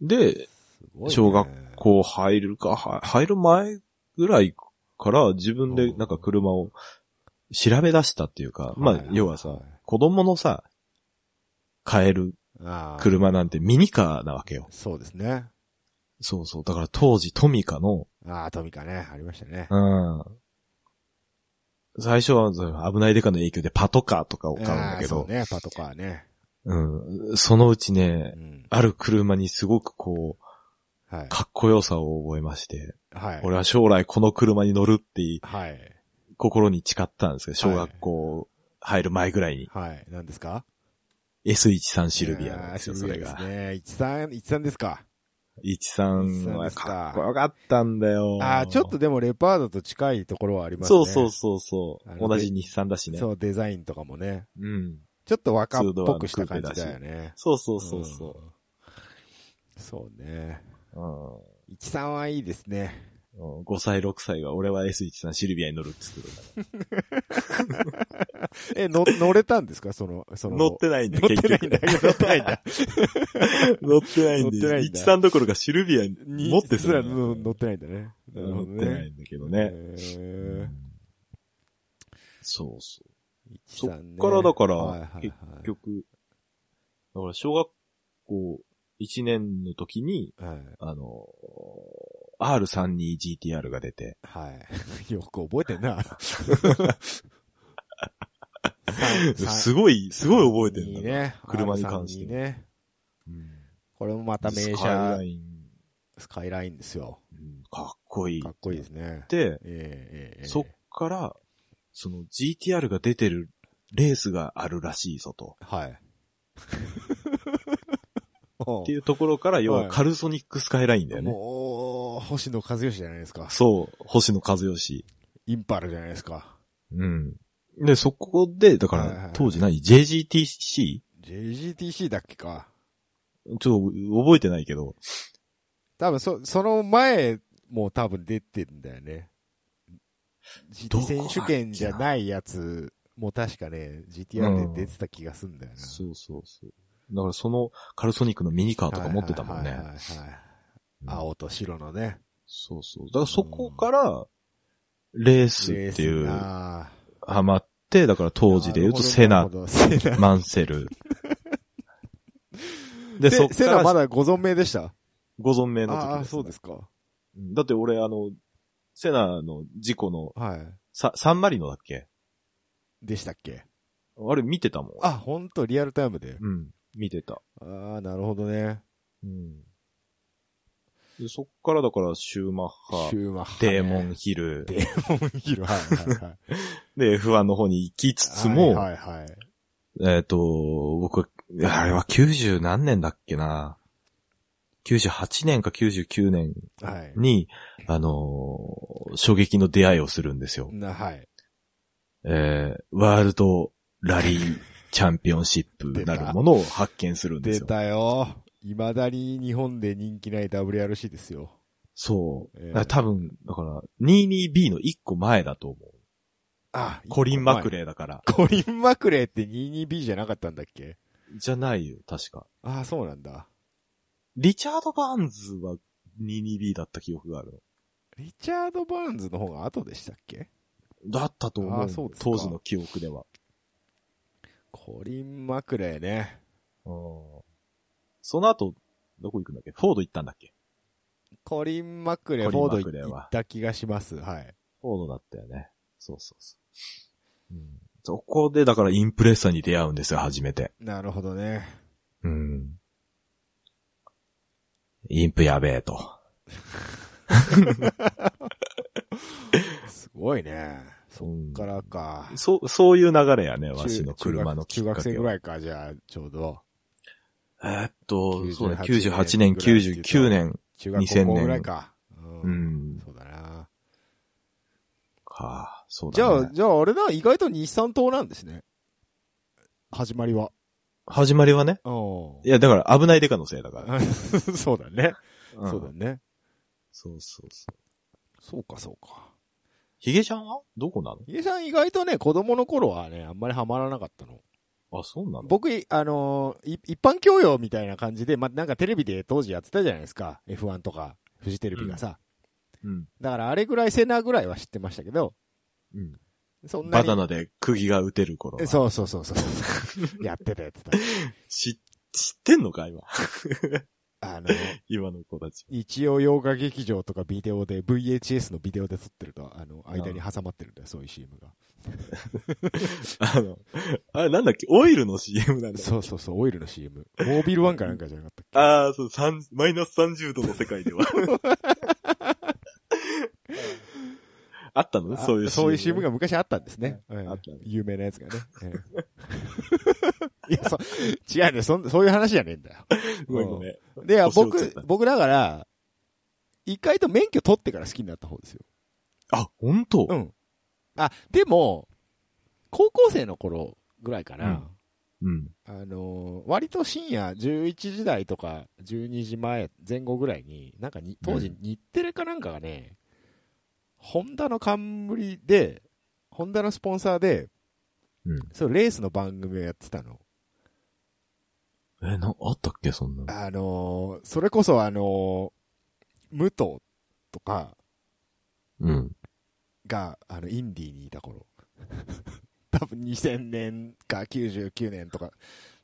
A: で、
B: すごいね
A: 小学こう入るか、は入る前ぐらいから自分でなんか車を調べ出したっていうか、ま
B: は
A: あ
B: い、
A: 要はさ、子供のさ、買える
B: あー
A: 車なんてミニカーなわけよ。
B: そうですね。
A: そうそう。だから当時トミカの、
B: ああ、トミカね。ありましたね。
A: うん。最初はその危ないデカの影響でパトカーとかを買うん
B: あ
A: だ
B: あー
A: け
B: そ
A: ど
B: う、ね。パトカーね。
A: うん。そのうちね
B: う、ん。
A: ある車にすごくこう、
B: はい。
A: かっこよさを覚えまして、
B: はい。
A: 俺は将来この車に乗るって
B: はい。
A: 心に誓ったんですけど、小学校入る前ぐらいに、
B: はい。何ですか
A: S13 シルビアなんですよ、
B: いや
A: そ
B: ーシル
A: れ
B: ビア
A: が。
B: ですね。13、13ですか。
A: 13
B: 13
A: は
B: ですか
A: かっこよかったんだよ。
B: ああ、ちょっとでもレパードと近いところはありますね。
A: そうそうそうそ
B: あ
A: う。
B: の
A: 同じ日産だしね。
B: そう、デザインとかもね。
A: うん。
B: ちょっと若っぽくした感じだよね。
A: そうそうそうそ
B: うん。そうね。
A: う。うん
B: 13はいいですね。
A: うん、5歳、6歳が俺は S13 シルビアに乗るって言ってたか
B: え、の乗れたんですかその、そ
A: ら
B: の。
A: 乗ってないんだ、
B: 乗って
A: 結
B: ないん
A: 局。
B: だ。乗ってないん だ。
A: 乗ってないん
B: 乗ってない
A: で、
B: んだ
A: 13どころかシルビアに持って
B: す
A: すら
B: ら
A: な
B: の乗ってないんだね。なる
A: 乗
B: ほど
A: っ
B: ね。
A: てないんだけどね。
B: え
A: そうそう。
B: ー、
A: そっ
B: 13ね
A: からだから
B: はいはいはい
A: 結局、だから小学校1年の時に、
B: はい。
A: あの、R32GTR が出て、
B: はい。 よく覚えてん な。
A: すごい、すごい覚えて
B: い
A: る
B: い
A: んだな。
B: ね。
A: 車に関して
B: R32 ね。
A: うん
B: これもまた名
A: スカイラ
B: 車、
A: イン
B: スカイラインですよ。
A: うんかっこいい。
B: かっこいいですね。
A: で、
B: ええええええ
A: そっから、その GTR が出てるレースがあるらしいぞと。
B: はい。お
A: っていうところから、要はカルソニックスカイラインだよね。
B: もう、星野和義じゃないですか。
A: そう、星野和義。
B: インパルじゃないですか。
A: うん。で、そこで、だか
B: はいはいは
A: ら
B: い、
A: 当時何 ?JGTC?
B: JGTC だっけか。
A: ちょっと覚えてないけど、
B: 多分そ、その前も多分出てんだよね。
A: どこ
B: GT
A: だっけ
B: 選
A: な
B: 手権じゃないやつも確かね、GTR で出てた気がすんだよな。
A: そうそうそう。だからそのカルソニックのミニカーとか持ってたもん
B: はいはいは
A: ね。
B: いはい
A: うん
B: 青と白のね。
A: そうそう。だからそこから、レース
B: レー
A: っ
B: ス
A: ていう、
B: な
A: ハマって、だから当時で言うとセ
B: な
A: ナ
B: るほ、どセナ。
A: マンセル。 で、そっ
B: セセ
A: か
B: ナま
A: ら
B: だご存命でした。
A: ご存命の時
B: ああ、
A: です
B: そうですか。
A: うんだって俺、あの、セナの事故の
B: はい。
A: ササンマリノだっけ
B: でしたっけ
A: あれ見てたもん。
B: あ、ほんと、リアルタイムで。
A: うん、見てた。
B: ああ、なるほどね。
A: うん。でそっからだから、シューマッハ
B: シ、ューマッハね。
A: デーモンヒル、
B: デーモンヒル。はいはい はい。
A: で、F1 の方に行きつつも、
B: はいはいはい。
A: えっ、と、僕は、あれは90何年だっけな。98年か99年
B: はい。
A: に、あのー衝撃の出会いをするんですよ。
B: な、はい。
A: えー、ワールドラリーチャンピオンシップなるものを発見するんですよ。
B: 出たよ。未だに日本で人気ない WRC ですよ。
A: そう。
B: えー
A: だから多分、だから、22B の1個前だと思う。
B: あ、
A: コリン・マク
B: レ
A: レーだから。
B: ー。コリン・マクレーって 22B じゃなかったんだっけ
A: じゃないよ、確か。
B: ああ、そうなんだ。
A: リチャード・バーンズは 22B だった記憶があるの。
B: リチャード・バーンズの方が後でしたっけ
A: だったと思
B: あ
A: う。
B: ーそうですか
A: 当時の記憶では。
B: コリン・マクレーね。
A: その後、どこ行くんだっけフォード行ったんだっけ
B: コリン・マクレー、フォ
A: コリンマ
B: ー
A: ク
B: ド
A: レーは
B: 行った気がします。はい。
A: フォードだったよね。そうそうそう。うん、そこで、だからインプレッサーに出会うんですよ、初めて。
B: なるほどね。
A: うん。インプやべえと。
B: すごいね。そっからか。
A: そう、そういう流れやね、
B: 中
A: わしの車のき
B: 中
A: っか
B: 学中学生
A: け
B: ぐ
A: は。
B: らいか、じゃあ、ちょうど。
A: えーっと、そうね、98
B: 98
A: 年、
B: 年
A: 99年。
B: 中学
A: 2000
B: 高校
A: 年
B: ぐらいか。
A: う。ん。
B: そうだな。
A: か、そう
B: じ
A: だ
B: ゃあ
A: ね、。
B: じゃああれだ、意外と日産党なんですね。始まりは。
A: 始まりはね。
B: お
A: いや、だから危ないデカのせいだから。
B: そうだね。
A: ん
B: そうだね。
A: そうそうそう。
B: そうか、そうか。
A: ヒゲちゃんはどこな
B: ヒゲさん意外とね、子供の頃はね、あんまりハマらなかったの。
A: のあ、そうなの
B: 僕、いあのーい一般教養みたいな感じで、まあ、なんかテレビで当時やってたじゃないですか。F1 とか、フジテレビがさ。
A: うん。
B: だからあれぐらいセナぐらいは知ってましたけど、
A: うん。
B: そんな
A: バ
B: に。
A: ナナで釘が打てる頃は。
B: そうそうそうそう。 やってたやってた。
A: 知、知ってんのか今。
B: あの、
A: 今の子たち。
B: 日曜洋画劇場とかビデオで、VHS のビデオで撮ってると、あの、間に挟まってるんだよ、そういう CM が。
A: あの、あれなんだっけオイルの CM なんだ
B: そうそうそう、オイルの CM。モービルワンかなんかじゃなかったっけ
A: ああ、そう、三、マイナス30度の世界では。 あったのね、そういう CM。
B: そういう CM が昔あったんですね。うん
A: あったね
B: 有名なやつがね。 うんいや、そ、違うね、そん、そういう話じゃねえんだよ。
A: ごめんごめん。
B: で、
A: 腰折っちゃっ
B: 僕
A: た、
B: 僕だから、一回と免許取ってから好きになった方ですよ。
A: あ、本当
B: うん。あ、でも、高校生の頃ぐらいかな。
A: うん。
B: あのー割と深夜11時台とか12時前前後ぐらいに、なんかに当
A: う
B: 時日テレかなんかがね、ホンダの冠で、ホンダのスポンサーで、
A: うん
B: そうレースの番組をやってたの。
A: え、な、あったっけ、そんなの。
B: あのーそれこそあのー武藤とか
A: うん。
B: が、あの、インディーにいた頃。 多分2000年か99年とか、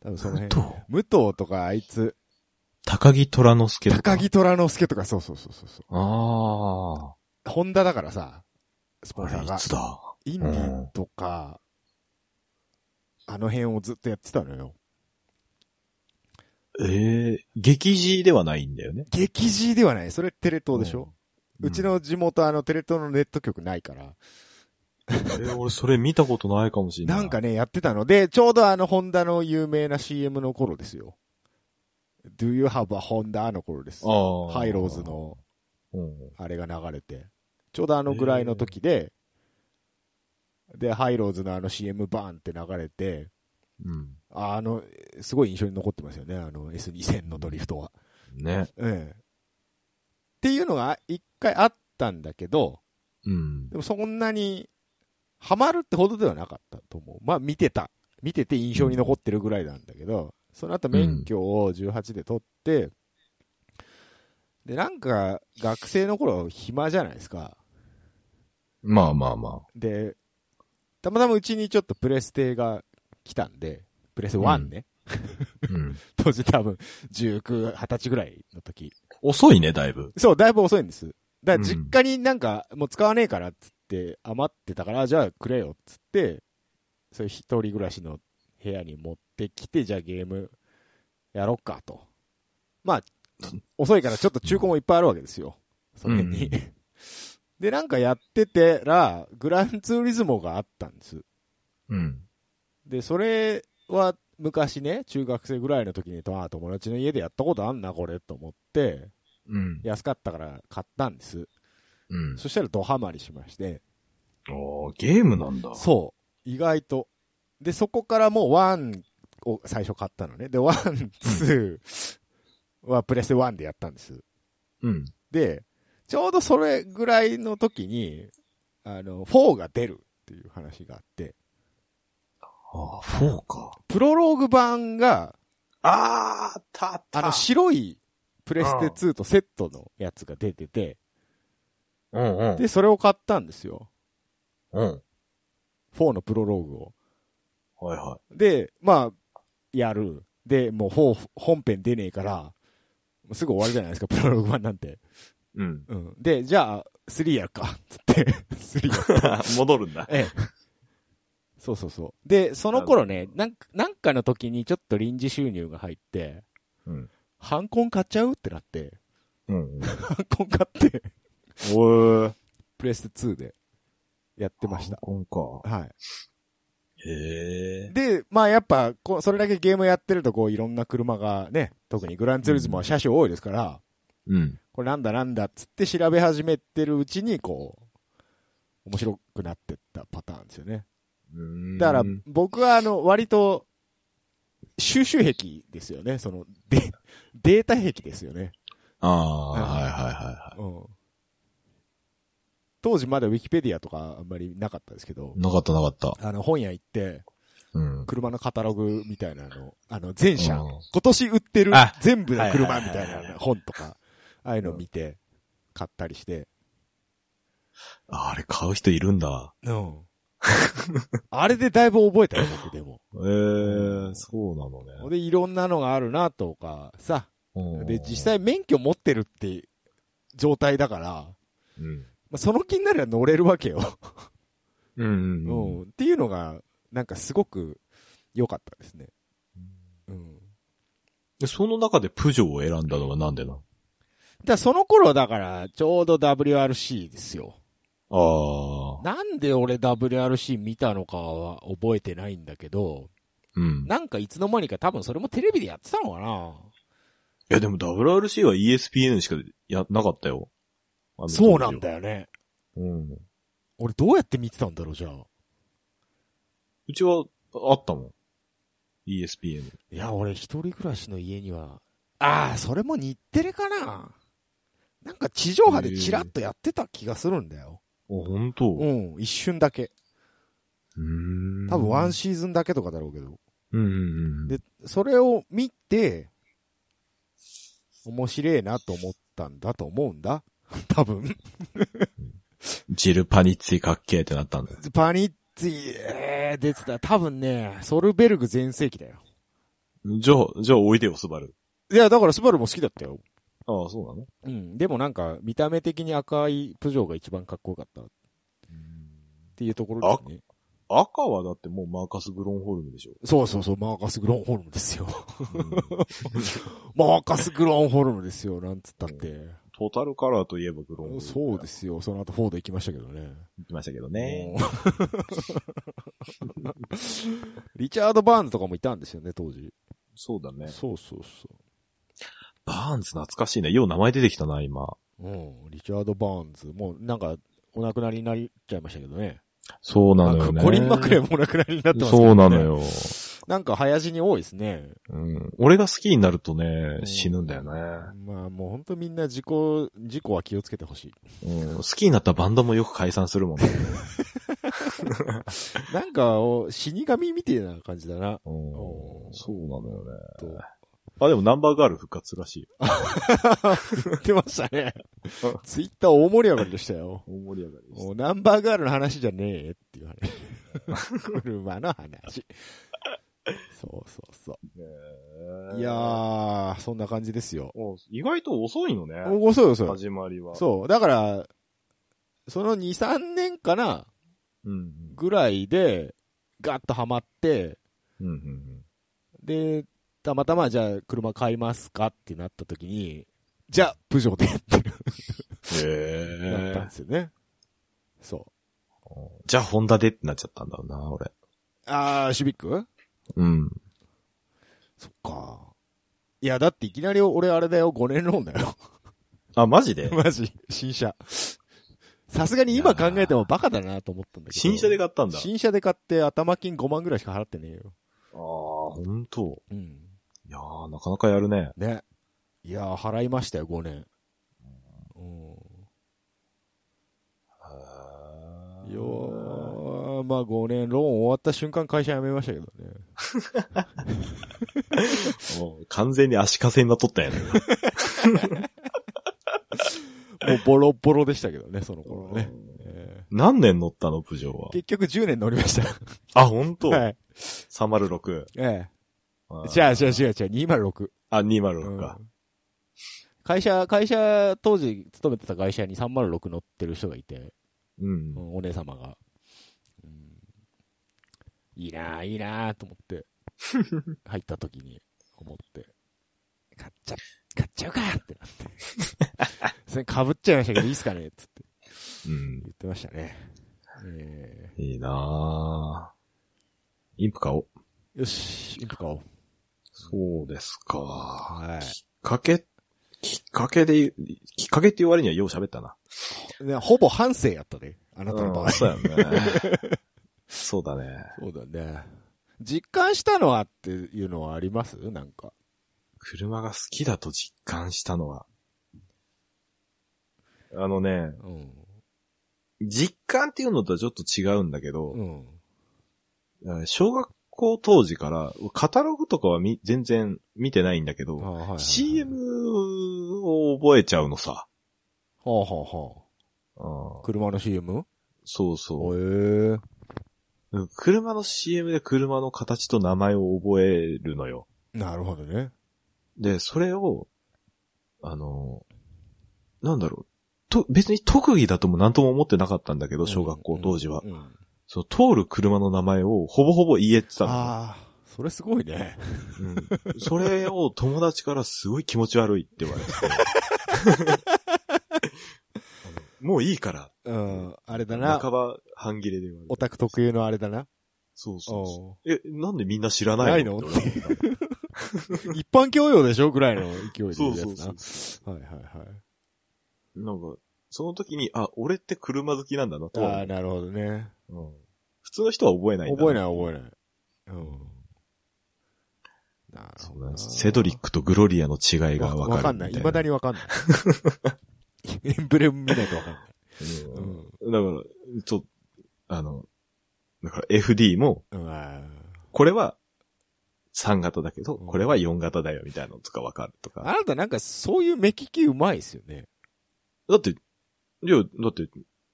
B: 多分その辺。
A: と、
B: 武藤とかあいつ、
A: 高木虎之介とか。
B: 高木虎之介とか、そうそうそうそうそう。
A: あ
B: ホンダだからさ、ス
A: あ。
B: ポ
A: あ
B: ンサ
A: れ、
B: ー
A: い
B: が。
A: つだ
B: インディーとか、あの辺をずっとやってたのよ。
A: ええ劇時ではないんだよね。
B: 激字ではない。それテレ東でしょ、
A: う
B: うんちの地元、あの、テレ東のネット局ないから。
A: え、俺それ見たことないかもしれない。
B: なんかね、やってたので、ちょうどあの、ホンダの有名な CM の頃ですよ。Do you have a Honda? の頃です。
A: ああ。
B: ハイローズ。の、
A: うん。
B: あれが流れて。ちょうどあのぐらいの時で、で、ハイローズのあの CM バーンって流れて、
A: うん。
B: ああの、すごい印象に残ってますよね、あの S2000 のドリフトは。
A: ね。
B: ええ。っていうのが一回あったんだけど、
A: うん。
B: でもそんなにハマるってほどではなかったと思う。まあ見てた。見てて印象に残ってるぐらいなんだけど、その後免許を18で取って、で、なんか学生の頃暇じゃないですか。
A: まあまあま
B: で、たまたまうちにちょっとプレステが来たんで、プレステ1ね。
A: あ。うん。
B: 当時多分、19、20歳ぐらいの時。
A: 遅いね、だいぶ。
B: そう、だいぶ遅いんです。だ
A: うん
B: から実家になんか、もう使わねえからっつって、余ってたから、じゃあくれよっつって、そういう一人暮らしの部屋に持ってきて、じゃあゲームやろっかと。まあ、遅いからちょっと中古もいっぱいあるわけですよ。その辺に。
A: う
B: で、なんかやっててら、グランツーリズモがあったんです。
A: うん。
B: で、それは昔ね、中学生ぐらいの時に、ああ、友達の家でやったことあんな、これ、と思って、
A: うん。
B: 安かったから買ったんです。
A: うん。
B: そしたらドハマりしまして、
A: おーゲームなんだ。
B: そう、意外と。で、そこからもう1を最初買ったのね。で、1、2はプレステ1でやったんです。
A: うん。
B: で、ちょうどそれぐらいの時に、あの、4が出るっていう話があって、
A: ああ、そうか。
B: プロローグ版が、
A: ああ、たっ
B: あの、白いプレステ2とセットのやつが出てて、
A: うんうん。
B: で、それを買ったんですよ。
A: うん。
B: 4のプロローグを。
A: はいは
B: で、まあ、やる。で、もう4本編出ねえから、もうすぐ終わるじゃないですか、プロローグ版なんて。
A: い。うん。
B: うん。で、じゃあ、3やるか、つって、3や る。
A: 戻るんだ。
B: ええ。そうそうそう。で、その頃ね、なんか、なんかの時にちょっと臨時収入が入って、
A: うん。
B: ハンコン買っちゃうってなって、
A: うん。
B: ハンコン買って、
A: おー。
B: プレステ2で。やってました。
A: 香港か。
B: はい。
A: へえ。
B: で、まあやっぱ、こうそれだけゲームやってると、こういろんな車がね、特にグランツーリズムは車種多いですから、
A: うん。
B: これなんだなんだっつって調べ始めてるうちに、こう、面白くなってったパターンですよね。
A: うん
B: だから僕はあの、割と、収集癖ですよね。その、で、データ癖ですよね。
A: ああ、はいはいはいは
B: うん。当時まだウィキペディアとかあんまりなかったですけど
A: い。、なかったなかった。
B: あの、本屋行って、
A: うん。
B: 車のカタログみたいなの、あの、全車、
A: うん
B: 今年売ってる
A: あ
B: 全部の
A: は
B: 車
A: い
B: み
A: はいは
B: た
A: いはい
B: いな本とか、ああいうのを見て、買ったりして、
A: ああれ買う人いるんだ。
B: うん。 あれでだいぶ覚えたよ、僕でも。
A: ええそうなのね。
B: で、いろんなのがあるな、とか、さ、
A: うん
B: で、実、際免許持ってるって状態だから、
A: うん。
B: まあ、その気になれば乗れるわけよ。
A: う
B: うん
A: うん
B: ん、っていうのが、なんかすごく良かったですね。うん。
A: でその中でプジョーを選んだのはなんでなの
B: だからその頃だから、ちょうど WRC ですよ。
A: ああ。
B: なんで俺 WRC 見たのかは覚えてないんだけど、
A: うん。
B: なんかいつの間にか多分それもテレビでやってたのかない
A: やでも WRC は ESPN しかや、なかったよ。あの
B: そうなん。だよね。
A: うん。
B: 俺どうやって見てたんだろう、じゃあ。
A: うちは、あったもん。ESPN。
B: いや、俺一人暮らしの家には、ああ、それも日テレかななんか地上波でチラッとやってた気がするんだよ。
A: あ、本当。う
B: うん、一瞬だけ。
A: ーん
B: 多分ワンシーズンだけとかだろうけど。
A: うんうんうん。
B: で、それを見て、面白いなと思ったんだと思うんだ。多分。
A: ジルパニッツィかっけーってなったんだよ。
B: パニッツィ、えー、出てた。多分ね、ソルベルグ全盛期だよ。
A: じゃあ、じゃあおいでよ、スバル。
B: いや、だからスバルも好きだったよ。
A: ああ、そうなの
B: うん。でもなんか、見た目的に赤いプジョーが一番かっこよかったっていうところですね。
A: 赤はだってもうマーカス・グロンホルムでしょ。
B: そうそうそう、マーカス・グロンホルムですよ。 マーカス・グロンホルムですよ、なんつったって。
A: トータルカラーといえばグロンホルム。。
B: そうですすよ、その後フォード行きましたけどね。
A: 言ってましたけどね。
B: うんリチャード・バーンズとかもいたんですよね、当時。
A: そうだね。
B: そうそうそ
A: バーンズ懐かしいね。よう名前出てきたな、今。
B: う。うん、リチャード・バーンズ。もうなんか、お亡くなりになっちゃいましたけどね。
A: そうなのよね。
B: コリン・マクレーもお亡くなりになってますけどね。
A: そうなの。よ。
B: なんか早死に多いですね。
A: うん。俺が好きになるとね
B: う、ん
A: 死ぬんだよ
B: まあもう本当みんな事故、事故は気をつけてほしい。
A: ね。うん。好きになったバンドもよく解散するもんね。
B: なんか、お死神みてえな感じだな。
A: うんそうなのよね。
B: と
A: あ、でもナンバーガール復活らしいよ。
B: 言ってましたね。ツイッター大盛り上がりでしたよ。
A: 大盛り上がりです
B: もうナンバーガールの話じゃねえって いう話。車の話。そうそうそ
A: ね
B: う。いやー、そんな感じですよ。
A: お意外と遅いのね。
B: おおそうよ、そうよ。
A: 始まりは。
B: そう。だから、その2、3年かな
A: う。うん。
B: ぐらいで、ガッとハマって、
A: うんうんうん。
B: で、たまたまじゃあ車買いますかってなった時に、じゃあ、プジョーでってな
A: へ
B: ったんですよね。そう。
A: じゃあ、ホンダでってなっちゃったんだろうな、俺。
B: あー、シビック
A: うん。
B: そっか。いや、だっていきなり俺あれだよ、5年ローンだ よ。
A: あ、マ ジで
B: マジ、新車。さすがに今考えてもバカだなと思ったんだけど。
A: 新車で
B: 買っ
A: 買った
B: た
A: んだ。
B: 新車で買って頭金5万ぐらいしか払ってねえよ。
A: ああ、ほんと。
B: うん。
A: いやー、なかなかやるね。
B: ね。いやー、払いましたよ、5年。うん。いやー、まあ5年ローン終わった瞬間会社辞めましたけどね。
A: もう完全に足かせになっとったんやね。
B: もうボロボロでしたけどね、その頃は ね。え
A: 何年乗ったの、プジョーは
B: ー。結局10年乗りました。
A: あ、ほんと、
B: はい。
A: ?306。
B: え
A: あー
B: え。じゃあ、違う違う違う、206。
A: あ、
B: う
A: 206
B: ん
A: か。
B: 会社、会社、当時勤めてた会社に306乗ってる人がいて、
A: うん
B: う。んお姉様が。うんいいなぁ、いいなぁと思 って、入った時に思って、買っちゃ、買っちゃうかってな って。それ被っちゃいましたけど、いいっすかねっつって
A: うん
B: 言ってましたね。え
A: いいなぁ。インプ買おう。
B: ーよし、インプ買おう。
A: そうですか。
B: は
A: きっかけ、きっかけで、きっかけって言われにはよう喋ったな。
B: い。ねほぼ半生やったね。あなたの場
A: う
B: 合。
A: ん、そうやね。 そうだね。
B: そうだね。実感したのはっていうのはありますなんか。
A: 車が好きだと実感したのは。あのね、
B: うん。
A: 実感っていうのとはちょっと違うんだけど、
B: うん。
A: えー小学校当時から、カタログとかはみ全然見てないんだけど、
B: あはいはいはい
A: CM を覚えちゃうのさ。
B: はあはあは
A: うん
B: あ。車の CM?
A: そう
B: へ
A: そ
B: え。
A: う。車の CM で車の形と名前を覚えるのよ。
B: なるほどね。
A: で、それを、あの、なんだろう。と、別に特技だとも何とも思ってなかったんだけど、小学校当時は
B: う。んうん
A: その通る車の名前をほぼほぼ言えてたの。
B: ああ、それすごいね。
A: うんそれを友達からすごい気持ち悪いって言われて。あ のもういいから。
B: うん。あれだな。
A: 半ば半切れで言われ
B: オ
A: て。
B: タク特有のあれだな。
A: そうそうそう。
B: おう
A: え、なんでみんな知らないの
B: ないの一般教養でしょぐらいの勢いで
A: そう
B: 言うやつな。
A: そうそう。
B: はいはいはい。
A: なんか、その時に、あ、俺って車好きなんだなとは
B: ああ、なるほどね。
A: 思う、うん普通の人は覚えないんだ。
B: 覚えないい覚えない。うん。なる
A: そ
B: ほ
A: う
B: ど
A: なん
B: な。
A: ですセドリックとグロリアの違いがわかる
B: わかんない。未だ
A: に。
B: にわかんない。エンブレム見ないとわかんない。
A: うんだから、ちょ、あの、だから FD も、
B: うん。うん
A: これは3型だけど、
B: うん
A: これは4型だよみたいなのとかわかると
B: あ
A: か。
B: なたなんかそういう目利きうまいですよね。
A: だって、いや、だって、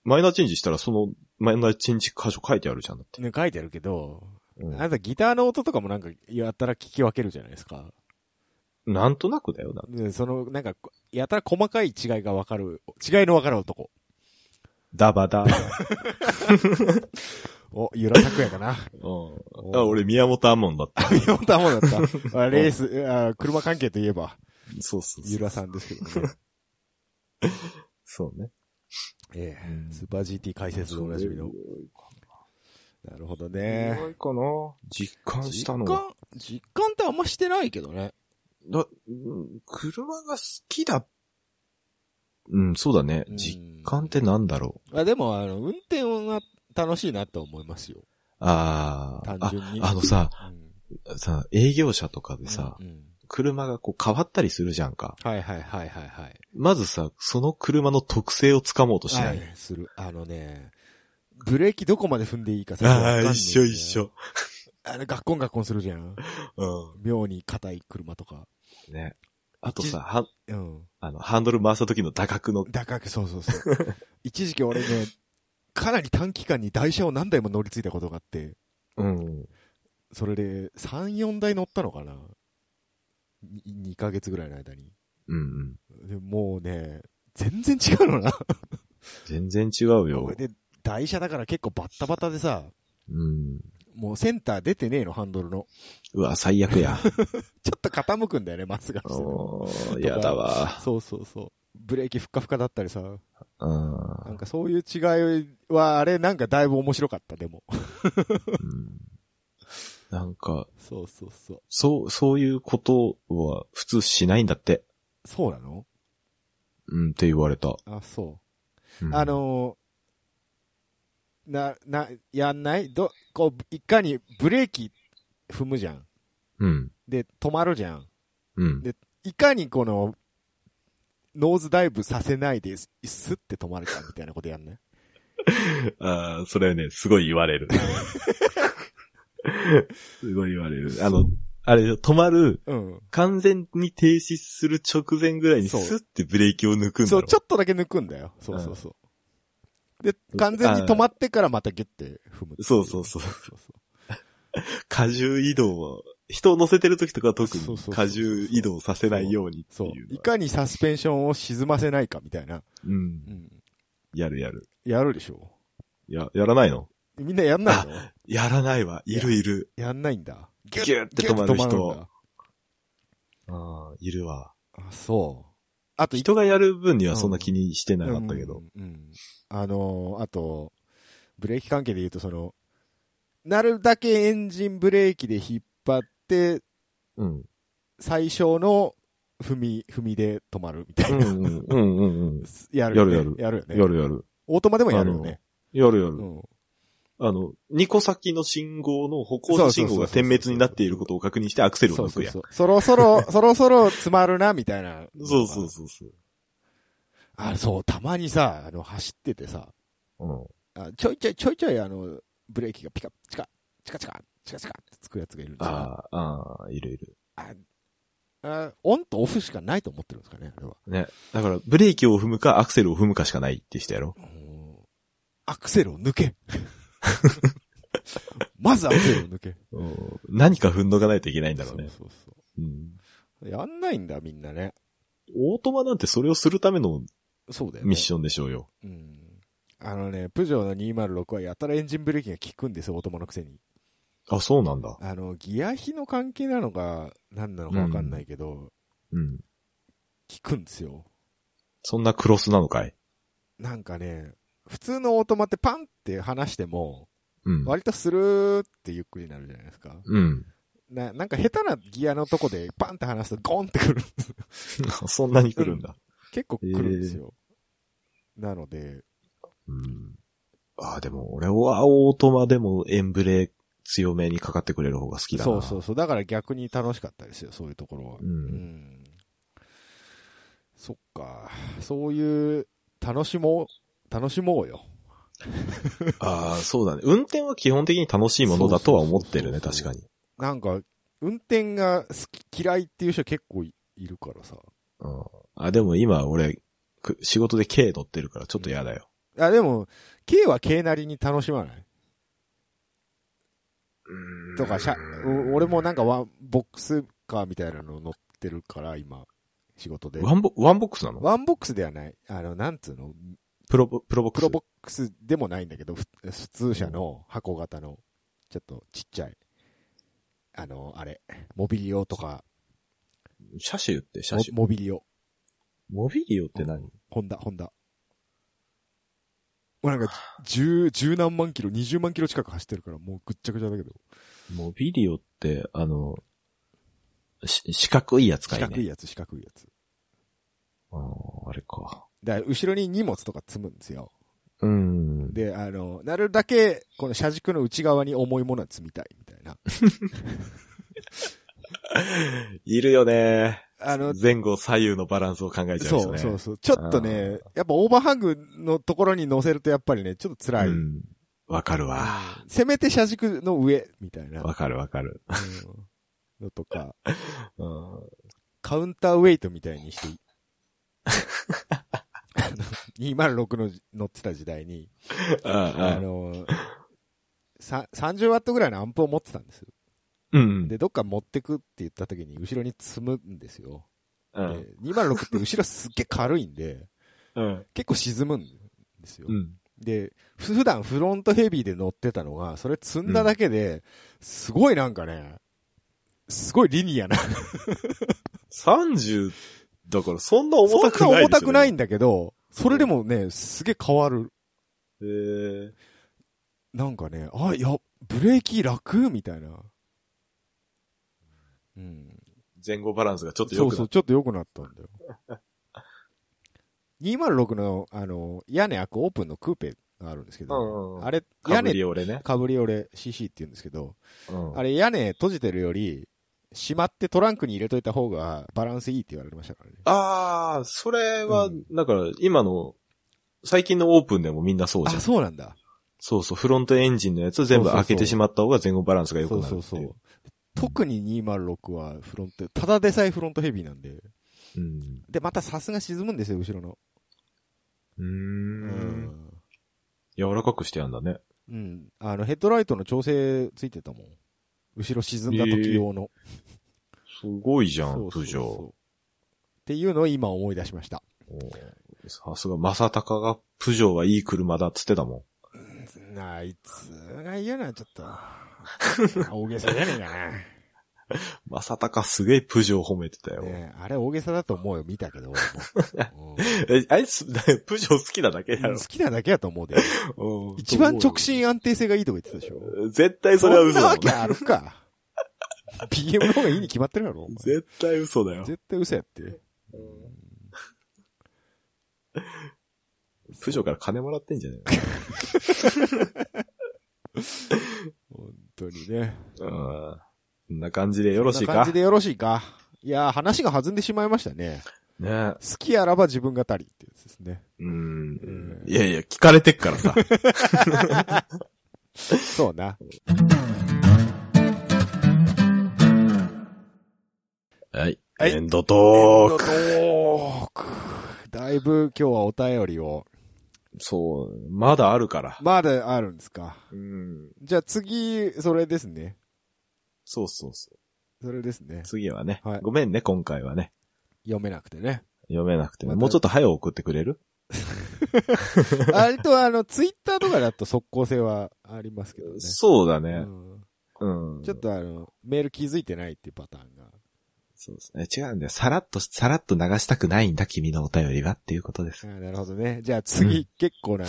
A: マイナーチェンジしたらそのマイナーチェンジ箇所書いてあるじゃんだって。
B: ね、書いてあるけど、
A: う
B: あ
A: ん
B: なたギターの音とかもなんかやったら聞き分けるじゃないですか。
A: なんとなくだよな。
B: ねその、なんか、やたら細かい違いがわかる、違いのわかる男。
A: ダバ ダ。
B: お、ゆらたく やかな。
A: うんあ、俺、宮本アモンだった。
B: 見事なもんだ った。あレース、あ車関係といえば、
A: そうそうそ
B: ゆ
A: う。
B: らさんですけ どね。
A: そうね。
B: え
A: う
B: え、
A: ん
B: スーパー GT 解説でおなじみの。なるほどね
A: す。ごいかな実感したの
B: 実
A: は。
B: 感、実感ってあんましてないけどね。
A: だ、うん車が好きだ。うん、そうだね。実感ってなんだろう。
B: あでも、あの、運転は楽しいなと思いますよ。
A: あー
B: 単
A: あ、
B: 純に。
A: あのさ、
B: うん、
A: さ、営業者とかでさ、
B: うんうん
A: 車がこう変わったりするじゃんか。
B: はいはいはいはいはい。
A: まずさ、その車の特性をつかもうとしな。
B: はいいする。あのね、ブレーキどこまで踏んでいいかさ。
A: ああ、一緒一。緒。
B: あれ、ガッコンガッコンするじゃ
A: う
B: ん。妙に硬い車とか。
A: ん。ね。あとさ、は、
B: うん。
A: あの、ハンドル回した時の打角の、
B: だから、そうそうそう。 一時期俺ね、かなり短期間に台車を何台も乗り継いだことがあって、
A: うん。
B: それで3、4台乗ったのかな。2ヶ月ぐらいの間に。
A: うんうん。
B: でもうね、全然違うのな。
A: 全然違うよ。
B: で、台車だから結構バッタバタでさ、
A: うん。
B: もうセンター出てねえの、ハンドルの。
A: うわ、最悪や。
B: ちょっと傾くんだよね、まっすぐ走ってても
A: おーやだわ。
B: そうそうそう。ブレーキふっかふかだったりさ、
A: うん。
B: なんかそういう違いは、あれなんかだいぶ面白かった、でも。
A: うんなんか、
B: そうそうそう。
A: そう、そういうことは普通しないんだって。
B: そうなの
A: うん、って言われた。
B: あ、そ
A: うん
B: う。あ、のーな、な、やんないど、こう、いかにブレーキ踏むじゃん。
A: うん。
B: で、止まるじゃん。
A: うん。
B: でいかにこの、ノーズダイブさせないで、ススッて止まるかみたいなことやんない
A: ああ、それね、すごい言われる。 すごい言われる。あの、あれ、止まる、
B: うん。
A: 完全に停止する直前ぐらいに
B: そう
A: スッてブレーキを抜くんだろ
B: そう、ちょっとだけ抜くんだよ。そうそうそう。で、完全に止まってからまたギュッて踏む。
A: そうそうそう
B: そうそ
A: 荷重移動を、人を乗せてる時とかは特
B: そう
A: に
B: そうそう
A: 荷重移動させないようにって
B: そう
A: いうのは。
B: いかにサスペンションを沈ませないかみたいな。
A: うん
B: う。ん。
A: やるやる。
B: やるでしょ
A: や、やらないの
B: う。みんなやんないの
A: やらないわ。いるいる。
B: やんないんだ。
A: ギュって止まる
B: ギュッて止まるん
A: 人。
B: だ。
A: ああ、いるわ。
B: あ、そう。あと、
A: 人がやる分にはそんな気にしてなかったけど。
B: うん。うんあのーあと、ブレーキ関係で言うと、その、なるだけエンジンブレーキで引っ張って、
A: うん。
B: 最小の踏み、踏みで止まるみた
A: う
B: い
A: ん
B: な。
A: うんうんうん
B: やるよね。
A: やるう
B: やるよ ね。
A: ん。やるやる。
B: オートマでもやるよね。
A: やるや
B: う
A: る。
B: ん。
A: あの、2個先の信号の歩行者信号が点滅になっていることを確認してアクセルを
B: そう
A: 抜
B: そ
A: く
B: う
A: やん。
B: そう。そろそろ、 そろそろ詰まるな、みたいな。
A: そうそうそうそう。
B: あ、そう、たまにさ、あの、走っててさ、
A: うん。
B: あちょいちょいちょいちょいあの、ブレーキがピカ、チカ、チカチカ、チカチカってつくやつがいるんですよ
A: ああ、ああ、いるいる。
B: あオンとオフしかないと思ってるんですかね、あれは。
A: ね。だから、ブレーキを踏むかアクセルを踏むかしかないって人やろ。
B: アクセルを 抜け。まずアクセルを抜け。
A: うん。何か踏んどかないといけないんだろうね。
B: そうそ
A: う
B: う
A: ん。
B: そう。やんないんだ、みんなね。
A: オートマなんてそれをするための
B: そうだよね。
A: ミッションでしょうよ。
B: ョン。うん。あのね、プジョーの206はやたらエンジンブレーキが効くんですよ、オートマのくせに。
A: あ、そうなんだ。
B: あの、ギア比の関係なのか、何なのかわかんないけど、効
A: うん。
B: くんですよ。
A: そんなクロスなのかい
B: なんかね、普通のオートマってパンって離しても、
A: うん。
B: 割とスルーってゆっくりになるじゃないですか。
A: うん。
B: な、なんか下手なギアのとこでパンって離すとゴンってくる。
A: そんなに来るんだ。
B: 結構来るんですよ。なので、
A: うん。ああ、でも俺はオートマでもエンブレ強めにかかってくれる方が好きだな。
B: そうそうそう。だから逆に楽しかったですよ、そういうところは。
A: うん
B: んそっか。そういう、楽しもう、楽しもうよ。
A: ああ、そうだね。運転は基本的に楽しいものだとは思ってるね、
B: そうそ
A: 確
B: うそう
A: かに。
B: なんか、運転が好き、嫌いっていう人結構いいるからさ。
A: うん。あ、でも今俺、く仕事で K 乗ってるからちょっと嫌だよ。
B: あ、でも、K は K なりに楽しまないとか、しゃ、お俺もなんかワン、ボックスカーみたいなの乗ってるから、今、仕事で。
A: ワンボ、ワンボックスなの
B: ワンボックスではない。あの、なんつうの
A: プロボ、プロボックス。
B: 黒ボックスでもないんだけど、ふ普通車の箱型の、ちょっとちっちゃい。あの、あれ、モビリオとか、
A: 車種って車
B: モ
A: 種。
B: モビリオ、
A: モビリオって何
B: ホンダ、ホンダ。もうなんか、十、十何万キロ、二十万キロ近く走ってるから、もうぐっちゃぐちゃだけど、
A: モビリオって、あの、し四角いやつか
B: 四
A: いね。
B: 角いやつ、四角いやつ。
A: あーあれか。
B: だから、後ろに荷物とか積むんですよ。
A: うん。
B: で、あの、なるだけ、この車軸の内側に重いものは積みたい、みたいな。
A: いるよね。
B: あの、
A: 前後左右のバランスを考えちゃう
B: そ
A: 人
B: う
A: ね。
B: そうそう。ちょっとね、やっぱオーバーハングのところに乗せるとやっぱりね、ちょっと辛い。
A: うん。わかるわ。
B: せめて車軸の上、みたいな。
A: わかるわかる。
B: うんのとか、
A: うん。
B: カウンターウェイトみたい にして、あの206の乗ってた時代に、あ
A: あ
B: の、さ30ワットぐらいのアンプを持ってたんですよ。
A: うん。
B: で、どっか持ってくって言った時に後ろに積むんですよ。
A: う
B: で
A: ん。
B: 206って後ろすっげえ軽いんで、
A: うん。
B: 結構沈むんですよ
A: う。ん。
B: で、ふ普段フロントヘビーで乗ってたのが、それ積んだだけで、すごいなんかね、すごいリニアな。
A: 30、だからそんな重たく
B: そん
A: ないでしょ。
B: な重たくない
A: ん
B: んだけど、それでもね、すげえ変わる。
A: えー、
B: なんかね、あ、いや、ブレーキ楽みたいな。うん。
A: 前後バランスがちょっと
B: そ
A: 良
B: う
A: く
B: そ
A: な
B: う、
A: っ
B: ちょっと良くなったんだよ。206の、あの、屋根開くオープンのクーペがあるんですけ
A: うんうん
B: ど、
A: うん
B: あれ、
A: た。
B: 屋
A: カブリ
B: 根、
A: オレね。
B: カブリオレ CC って言うんですけど、
A: うん
B: あれ屋根閉じてるより、しまってトランクに入れといた方がバランスいいって言われましたからね。
A: ああ、それは、
B: うん
A: だから、今の、最近のオープンでもみんなそうじゃん。
B: そうなんだ。
A: そうそう、フロントエンジンのやつ全部開けてしまった方が前後バランスが良く
B: そ
A: なる
B: う
A: って
B: そ
A: いう
B: そう。特に206はフロント、ただでさえフロントヘビーなんで。
A: う。。
B: で、またさすが沈むんですよ、後ろの。うん
A: うーん。柔らかくしてやんだね。
B: うん。あの、ヘッドライトの調整ついてたもん。後ろ沈んだ時用の。
A: すごいじゃ
B: そ
A: ん、
B: うそう
A: プジ
B: そう
A: ョー。
B: っていうのを今思い出しました。
A: おーさすが、正隆が、プジョーはいい車だっつってたも
B: あいつが言うのはちょっと、大げさじゃねえかな。
A: まさたかすげえプジョー褒めてたよ。
B: ねあれ大げさだと思うよ、見たけど。俺 も
A: え、あいつ、 プジョー好きなだけだ
B: うん
A: ろ
B: 好。きなだけやと思うで。
A: うん
B: 一番直。進安定性がいいとか言ってたでしょ。
A: 絶対それは嘘だ
B: んな
A: も
B: わ
A: ん
B: けあ るか。PM の方がいいに決まってるだろ、お前
A: 絶対嘘だよ。
B: 絶対嘘やって。
A: プジョーから金もらってんじゃね
B: 本当にね。
A: えのうん。こんな感じでよろしい
B: こんな感
A: か
B: じでよろしいか。いやー、話が弾んでしまいましたね。
A: ね
B: 好きあらば自分語りってやつですね。
A: うん
B: うん。
A: いやいや、聞かれてっからさ。
B: そうな。
A: はい。
B: はい
A: エンドトーク。
B: ーク。だいぶ今日はお便りを。
A: そう、まだあるから。
B: まだあるんですか。
A: うん。
B: じゃあ次、それですね。
A: そうそうそ
B: それですね
A: う。。次はね。
B: はい
A: ごめんね、今回はね。
B: 読めなくてね。
A: 読めなくてね。
B: また
A: もうちょっと早送ってくれる
B: あれと、あの、ツイッターとかだと速攻性はありますけどね。
A: そうだ
B: う
A: ね。
B: ん
A: うん。
B: ちょっとあの、メール気づいてないっていうパターンが。
A: そうですね。違うんだよ。さらっと、さらっと流したくないんだ、君のお便りがっていうことです。
B: あーなるほどね。じゃあ次、結 構な、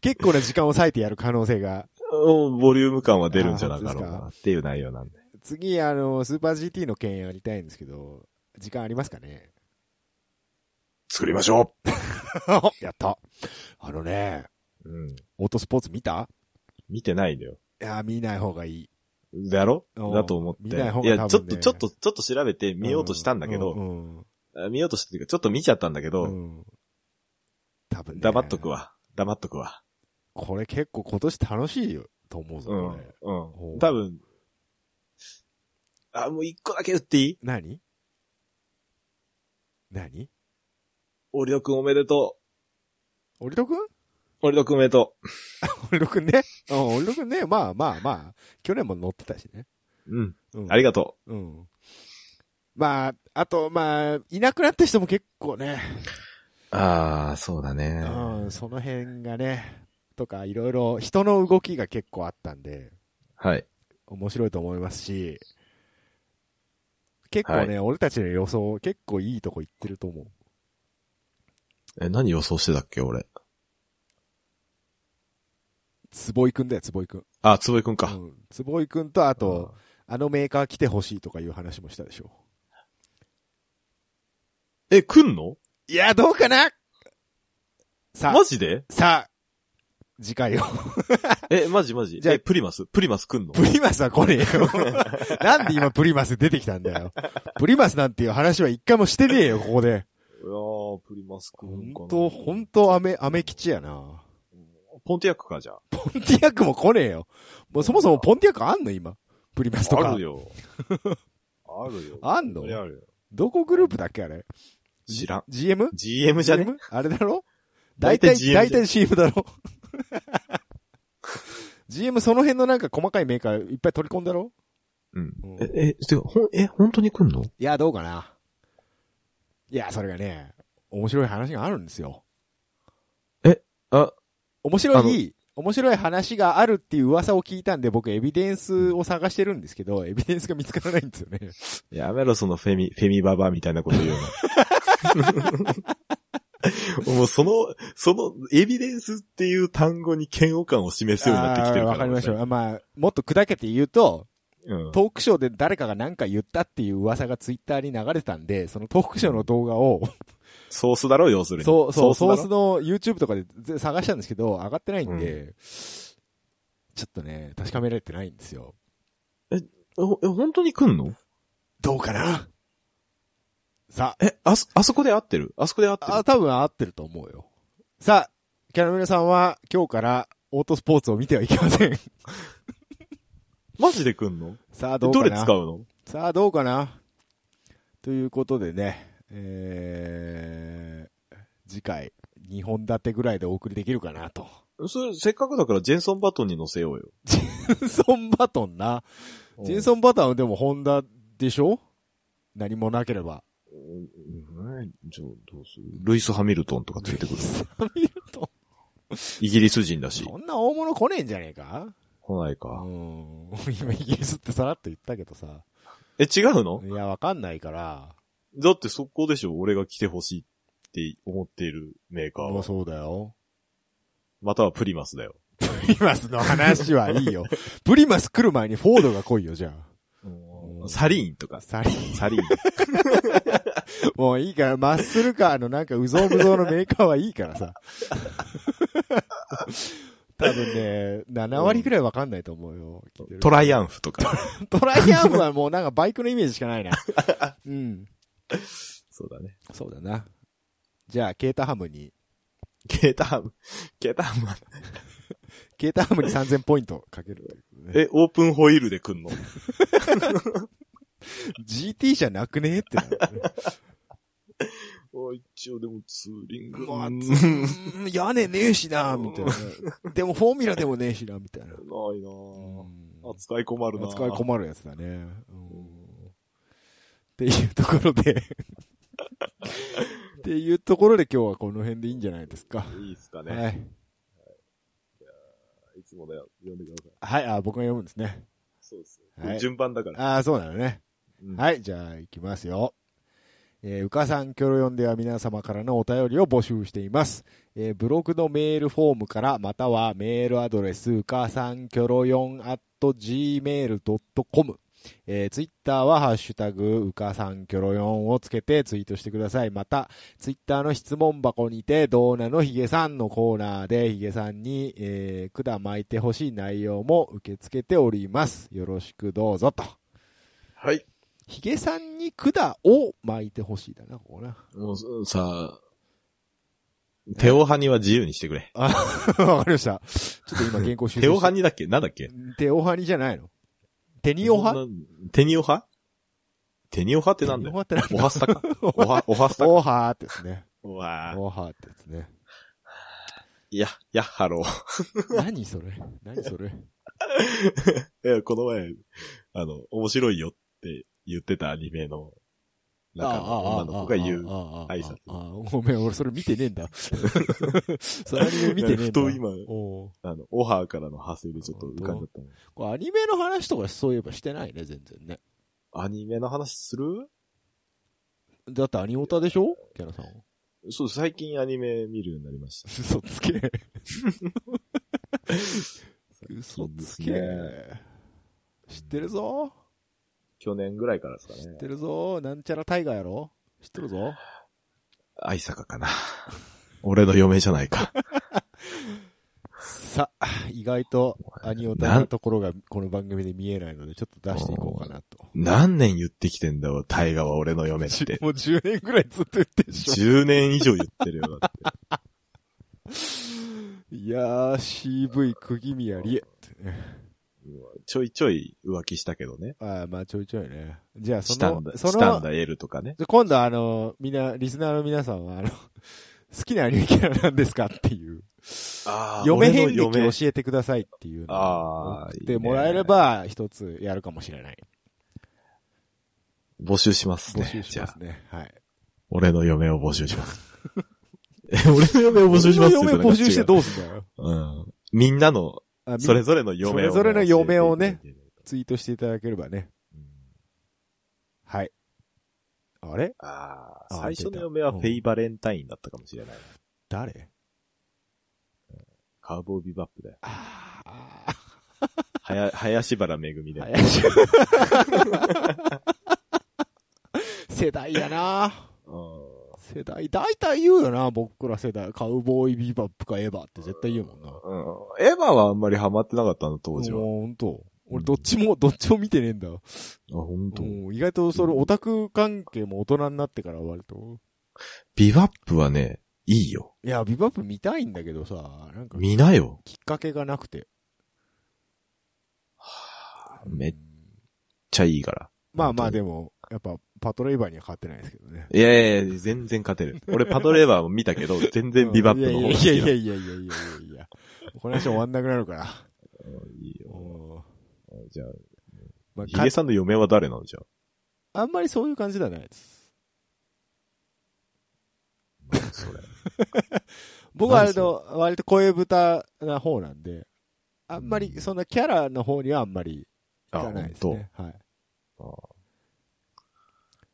B: 結構な時間を割いてやる可能性が。
A: ボリューム感は出るんじゃなかろう
B: あ本当
A: なっていう内容なんで。
B: 次、あの、スーパー GT の件やりたいんですけど、時間ありますかね
A: 作りましょ
B: やった。あのね、
A: ううん。
B: オートスポーツ見た
A: 見てないんだよ。
B: いやー、見ない方がいい。
A: だろ
B: うん
A: だと思って。
B: 見ない方が多分ね
A: や、ちょっと、ちょっと、ちょっと調べて見ようとしたんだけ
B: う
A: ど、
B: ん。
A: あ見ようとしたっていうか、ちょっと見ちゃったんだけ
B: うんう
A: ど、
B: ん多分ね
A: 黙っとく。わ。黙っとくわ。
B: これ結構今年楽しいよ、と思うぞ、
A: う
B: こ
A: ん。う
B: れ。
A: ん。多分、あ、もう一個だけ言っていい
B: 何何
A: オリド君おめでと
B: オリドくん
A: う。オリド君おめでと
B: オリドくんね。うん、オリドくんね。まあまあまあ、去年も乗ってたしね。
A: う。うん。
B: うん。
A: ありがと
B: うん。まあ、あと、まあ、いなくなった人も結構ね、
A: う。ああ、そうだね
B: うん、その辺がね、とか、いろいろ、人の動きが結構あったんで、
A: はい。
B: 面白いと思いますし、結構ね、
A: は
B: 俺たちの予想、結構いいとこ行ってると思う。
A: え、何予想してたっけ、俺。
B: 坪井くんだよ、坪井くん。
A: あ、つぼいくん
B: う
A: か。
B: ん、坪井くんと、あと、あのメーカー来てほしいとかいう話もしたでしょ。
A: え、来んの
B: いや、どうかなさあ
A: マ、ジで
B: さあ、次回を。
A: え、マジマジ。
B: じゃあ
A: え、プリマスプリマス来んの
B: プリマスは来ね えよ。なんで今プリマス出てきたんだよ。プリマスなんていう話は一回もしてねえよ、ここで。
A: いやー、プリマスくん
B: 本
A: かな。
B: 当本当アメ、アメ吉やな。
A: ポンティアックか、じゃあ。
B: ポンティアックも来ねえよ。もうそもそもポンティアックあんの今。プリマスとか。
A: あるよ。 あるよ。
B: あんの
A: そりゃあるよ。
B: どこグループだっけあれ。
A: 知らん。
B: GM?
A: GM じゃね
B: GM? あれだろ
A: 大
B: 大
A: 体
B: 体、
A: GM
B: 大体 CM だろ ?GM その辺のなんか細かいメーカーいっぱい取り込んだろ
A: うん。
B: うん
A: え、え、てか、ほん、え、本当に来んの
B: いや、どうかな。いや、それがね、面白い話があるんですよ。
A: えあ、
B: 面
A: あ
B: 白
A: の
B: い、面白い話があるっていう噂を聞いたんで、僕エビデンスを探してるんですけど、エビデンスが見つからないんですよ ね。
A: やめろ、そのフェミ、フェミババアみたいなこと言う の。もうその、その、エビデンスっていう単語に嫌悪感を示すようになってきてるか
B: あー
A: ら。
B: わかりました。あまあ、もっと砕けて言うと、
A: うん。
B: トークショーで誰かが何か言ったっていう噂がツイッターに流れてたんで、そのトークショーの動画を、
A: ソースだろ、要するに。
B: そう、そう、ソー
A: だ
B: ス
A: ろ
B: の YouTube とかでぜ探したんですけど、上がってないんで、ちょっとね、確かめられてないんですよ。
A: えほえ、本当に来んの
B: どうかなさ
A: え、あそ、あそこで合ってるあそこで合ってる
B: あ、あ、多分合ってると思うよ。さあ、キャラメルさんは今日からオートスポーツを見てはいけません。
A: マジで来んの
B: さあ、どう
A: ど
B: か
A: れ
B: な
A: 使うの
B: さあ、どうかなということでね、えー、次回、2本立てぐらいでお送りできるかなと。
A: それ、せっかくだからジェンソンバトンに乗せようよ。
B: ジェンソンバトンな。ジェンソンバトンはでもホンダでしょ何もなければ。
A: うん。うんじゃあ、どうするルイス・ハミルトンとか連れてくる。
B: 見ると。
A: イギリス人だし
B: そ。んな大物来ねえんじゃねえか
A: 来ないうか。
B: ん。今イギリスってさらっと言ったけどさ。
A: え、違うの
B: いや、わかんないから。
A: だってそこでしょ俺が来てほしいって思っているメーカー
B: もう
A: は。
B: そうだよ。
A: またはプリマスだよ。
B: プリマスの話はい いよ。プリマス来る前にフォードが来いよ、じゃん
A: サリーンとか
B: あ。。サリ
A: サリーン。
B: もういいから、マッスルカーのなんかうぞうむぞうのメーカーはいいから さ。多分ね、7割くらいわかんないと思うよ。
A: トライアンフとか。
B: ン。トライアンフはもうなんかバイクのイメージしか ないな。うん。
A: そうだね。
B: そうだな。じゃあ、ケータハムに、
A: ケータハム。ケータハムは。
B: ケータハムに3000ポイントかけるということで。
A: え、オープンホイールで来 んの
B: GT じゃなくねってなるね。
A: あ一応でもツーリング。
B: まあ、
A: う
B: うんん屋根ねえしな、みたいな。でもフォーミュラでもねえしな、みたいな。
A: ないなぁ。扱い困るなぁ
B: 扱い困るやつだね。うんっていうところで、っていうところで今日はこの辺でいいんじゃないですか。
A: いいっすかね。、
B: はいい。
A: つもだよ。読んでください。
B: はい、あ、僕が読むんですね。
A: そうです。
B: はい
A: 順番だから。
B: ああ、そうなのね。
A: うん
B: はい、じゃあ行きますよ。えー、うかさんきょろよんでは皆様からのお便りを募集しています。えー、ブログのメールフォームから、またはメールアドレス、うかさんきょろよん at gmail.com。えー、ツイッターはハッシュタグ、うかさんきょろよんをつけてツイートしてください。また、ツイッターの質問箱にて、ドーナのひげさんのコーナーで、ひげさんに、えー、管巻いてほしい内容も受け付けております。よろしくどうぞと。
A: はい。
B: ヒゲさんに管を巻いてほしいだな、ここな。
A: もうそさあ、テオハニは自由にしてくれ。
B: あ、 わかりました。ちょっと今原稿修正
A: テオハ
B: に
A: ニだっけなんだっけ
B: 手オハニじゃないの手にオハ
A: そんなテニオハテニオハってなんだ
B: 手に
A: よ。
B: オハってな
A: オハスタか。
B: オ
A: オハ、オハスタか。
B: オハーってですね。
A: うわぁ。
B: オハーってですね。
A: いや、やっはろ
B: 何それ何それ
A: う。いや、この前、あの、面白いよって言ってたアニメの中の女の子が言う。挨拶
B: ああああごめん、俺それ見てねえんだ。 それアニメ見てねえんだ。
A: ふと今
B: おう
A: あの、オハーからの派生でちょっと浮かんじゃったもん。
B: これアニメの話とかそういえばしてないね、全然ね。
A: アニメの話する
B: だってアニオタでしょキャラさん。
A: そう、最近アニメ見るようになりました。
B: 嘘つけ。
A: 嘘つけ
B: 知ってるぞ。
A: 去年ぐらいからですか
B: 知っ
A: ね。
B: てるぞ。なんちゃらタイガーやろ知ってるぞ。
A: 愛坂かな。俺の嫁じゃないか。
B: さあ、意外とアニオタなところがこの番組で見えないので、ちょっと出していこうかなと。
A: 何年言ってきてんだよ、大河は俺の嫁って。
B: もう10年ぐらいずっと言っ てるでし
A: 10年以上言ってるよ、だって。
B: ょ。いやー、CV 釘宮理恵ってね。
A: ちょいちょい浮気したけどね。
B: あーまあちょいちょいね。じゃあ、そ
A: したん
B: の、
A: だ、
B: そ
A: した
B: の
A: ん、だ L とかね。
B: で今度あの、みんな、リスナーの皆さんは、あの、好きなアニメキャラなんですかっていう。
A: あ
B: 嫁遍歴
A: 嫁
B: 教えてくださいっていうのを
A: あー
B: 送ってもらえれば、一つやるかもしれない。
A: 募集します
B: 募
A: ね。
B: 集し
A: じゃ
B: ま
A: あ
B: す、ね。はい。
A: 俺の嫁を募集し ます。え、俺の嫁を募集しますって言
B: 嫁を
A: ったら
B: 募集してどうすんだよ。
A: うん。みんなの、
B: あみ
A: それぞれの嫁を。
B: それぞれの嫁をね。ツイートしていただければね。はい。あれ
A: ああ、
B: あ
A: 最初の嫁はフェイバレンタインだったかもしれない。
B: 誰
A: カウボーイビバップだよ。
B: ああ。
A: は や、林原めぐみだよ。
B: 林 世代やな
A: う
B: 世代。大体言うよな、僕ら世代。カウボーイビバップかエヴァって絶対言うもん
A: ん。
B: な。
A: うんエヴァはあんまりハマってなかったの、当時は。あ、
B: もうほんと。俺どっちも、どっちも見てねえんだ。
A: ほんと。
B: うん意外とそれオタク関係も大人になってから割と。
A: ビバップはね、いいよ。
B: いや、ビバップ見たいんだけどさ、なんか
A: 見なよ。
B: きっかけがなくて。
A: めっちゃいいから。
B: まあまあ
A: 本当
B: でも、やっぱパトレイバーには変わってないですけどね。
A: いやいやいや、全然勝てる。俺パトレーバーも見たけ ど、全然ビバップの方が好き
B: い
A: だ
B: やいやいやいやいやいやいやいや。この話終わんなくなるから。
A: うんいいよ
B: おー
A: じゃあ、
B: まあ
A: ヒゲさんの嫁は誰なのじゃ
B: あんまりそういう感じではないです。
A: あ。そ れ。
B: 僕はあ
A: 何それ
B: の、割と声豚な方なんで、あんまり、そんなキャラの方にはあんまりい
A: あ、
B: か
A: ほ
B: ない
A: ん
B: です
A: と。
B: ね。はい。
A: あ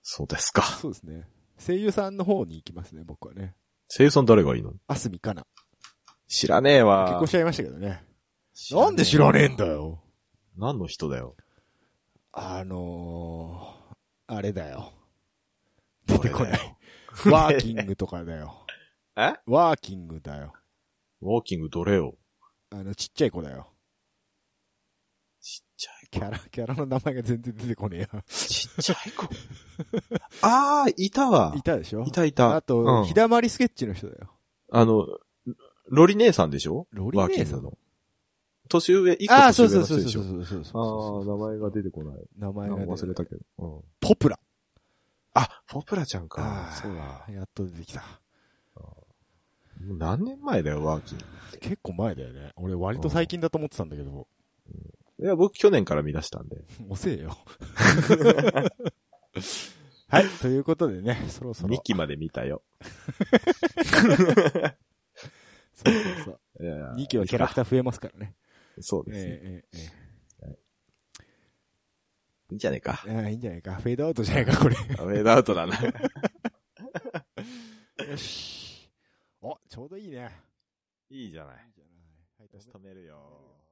A: そうですか。
B: そうですね。声優さんの方に行きますね、僕はね。
A: 生産誰がいいの
B: あすみかな。
A: 知らねえ
B: 結
A: わ
B: 婚。しちゃいましたけどね。
A: 知らねえ
B: なんで知らねえんだよ。
A: 何の人だよ。
B: あのー、あれだよ。出てこ
A: どれ
B: な
A: だ
B: い。ワ ーキングとかだよ。
A: え
B: ワーキングだよ。
A: ウォーキングどれよ。
B: あの、ちっちゃい子だよ。
A: ちっちゃい、
B: キャラ、キャラの名前が全然出てこねえ
A: ちっちゃい子。あー、いたわ
B: や。。いたでしょ
A: いたいた。
B: あ
A: う
B: と、
A: ん
B: ひだまりスケッチの人だよ。
A: あの、ロリ姉さんでしょ
B: ロリ姉さん
A: ワーキングの。年上、一個
B: ああ、
A: 年
B: そう
A: 上
B: そう
A: の
B: そ
A: 人
B: う
A: で
B: そ
A: し
B: う
A: ょ
B: そうそうそう
A: ああ、
B: そう。
A: 名前が出てこない。
B: 名前
A: なんか
B: がね
A: 忘れたけど。うん。
B: ポプラ。
A: あ、ポプラちゃんか。
B: あ
A: そうだ。
B: あ、やっと出てきた。
A: もう何年前だよ、ワーキング。
B: 結構前だよね。俺割と最近だと思ってたんだけど、
A: いや、僕去年から見出したんで。
B: 遅えよ。 はい、ということでね、そろそろ
A: 2。期まで見たよ。
B: そうそうそう。
A: いやいや
B: 2期はキャラクター増えますからね。
A: そう
B: え
A: ですね。
B: えええ
A: いいんじゃねえか。
B: ええああいいんじゃないか。フェードアウトじゃないか、これ。
A: アメイドアウトだな。
B: よし。お、ちょうどいいね。
A: いいじゃない。
B: いいじゃない。はい、
A: 止めるよ。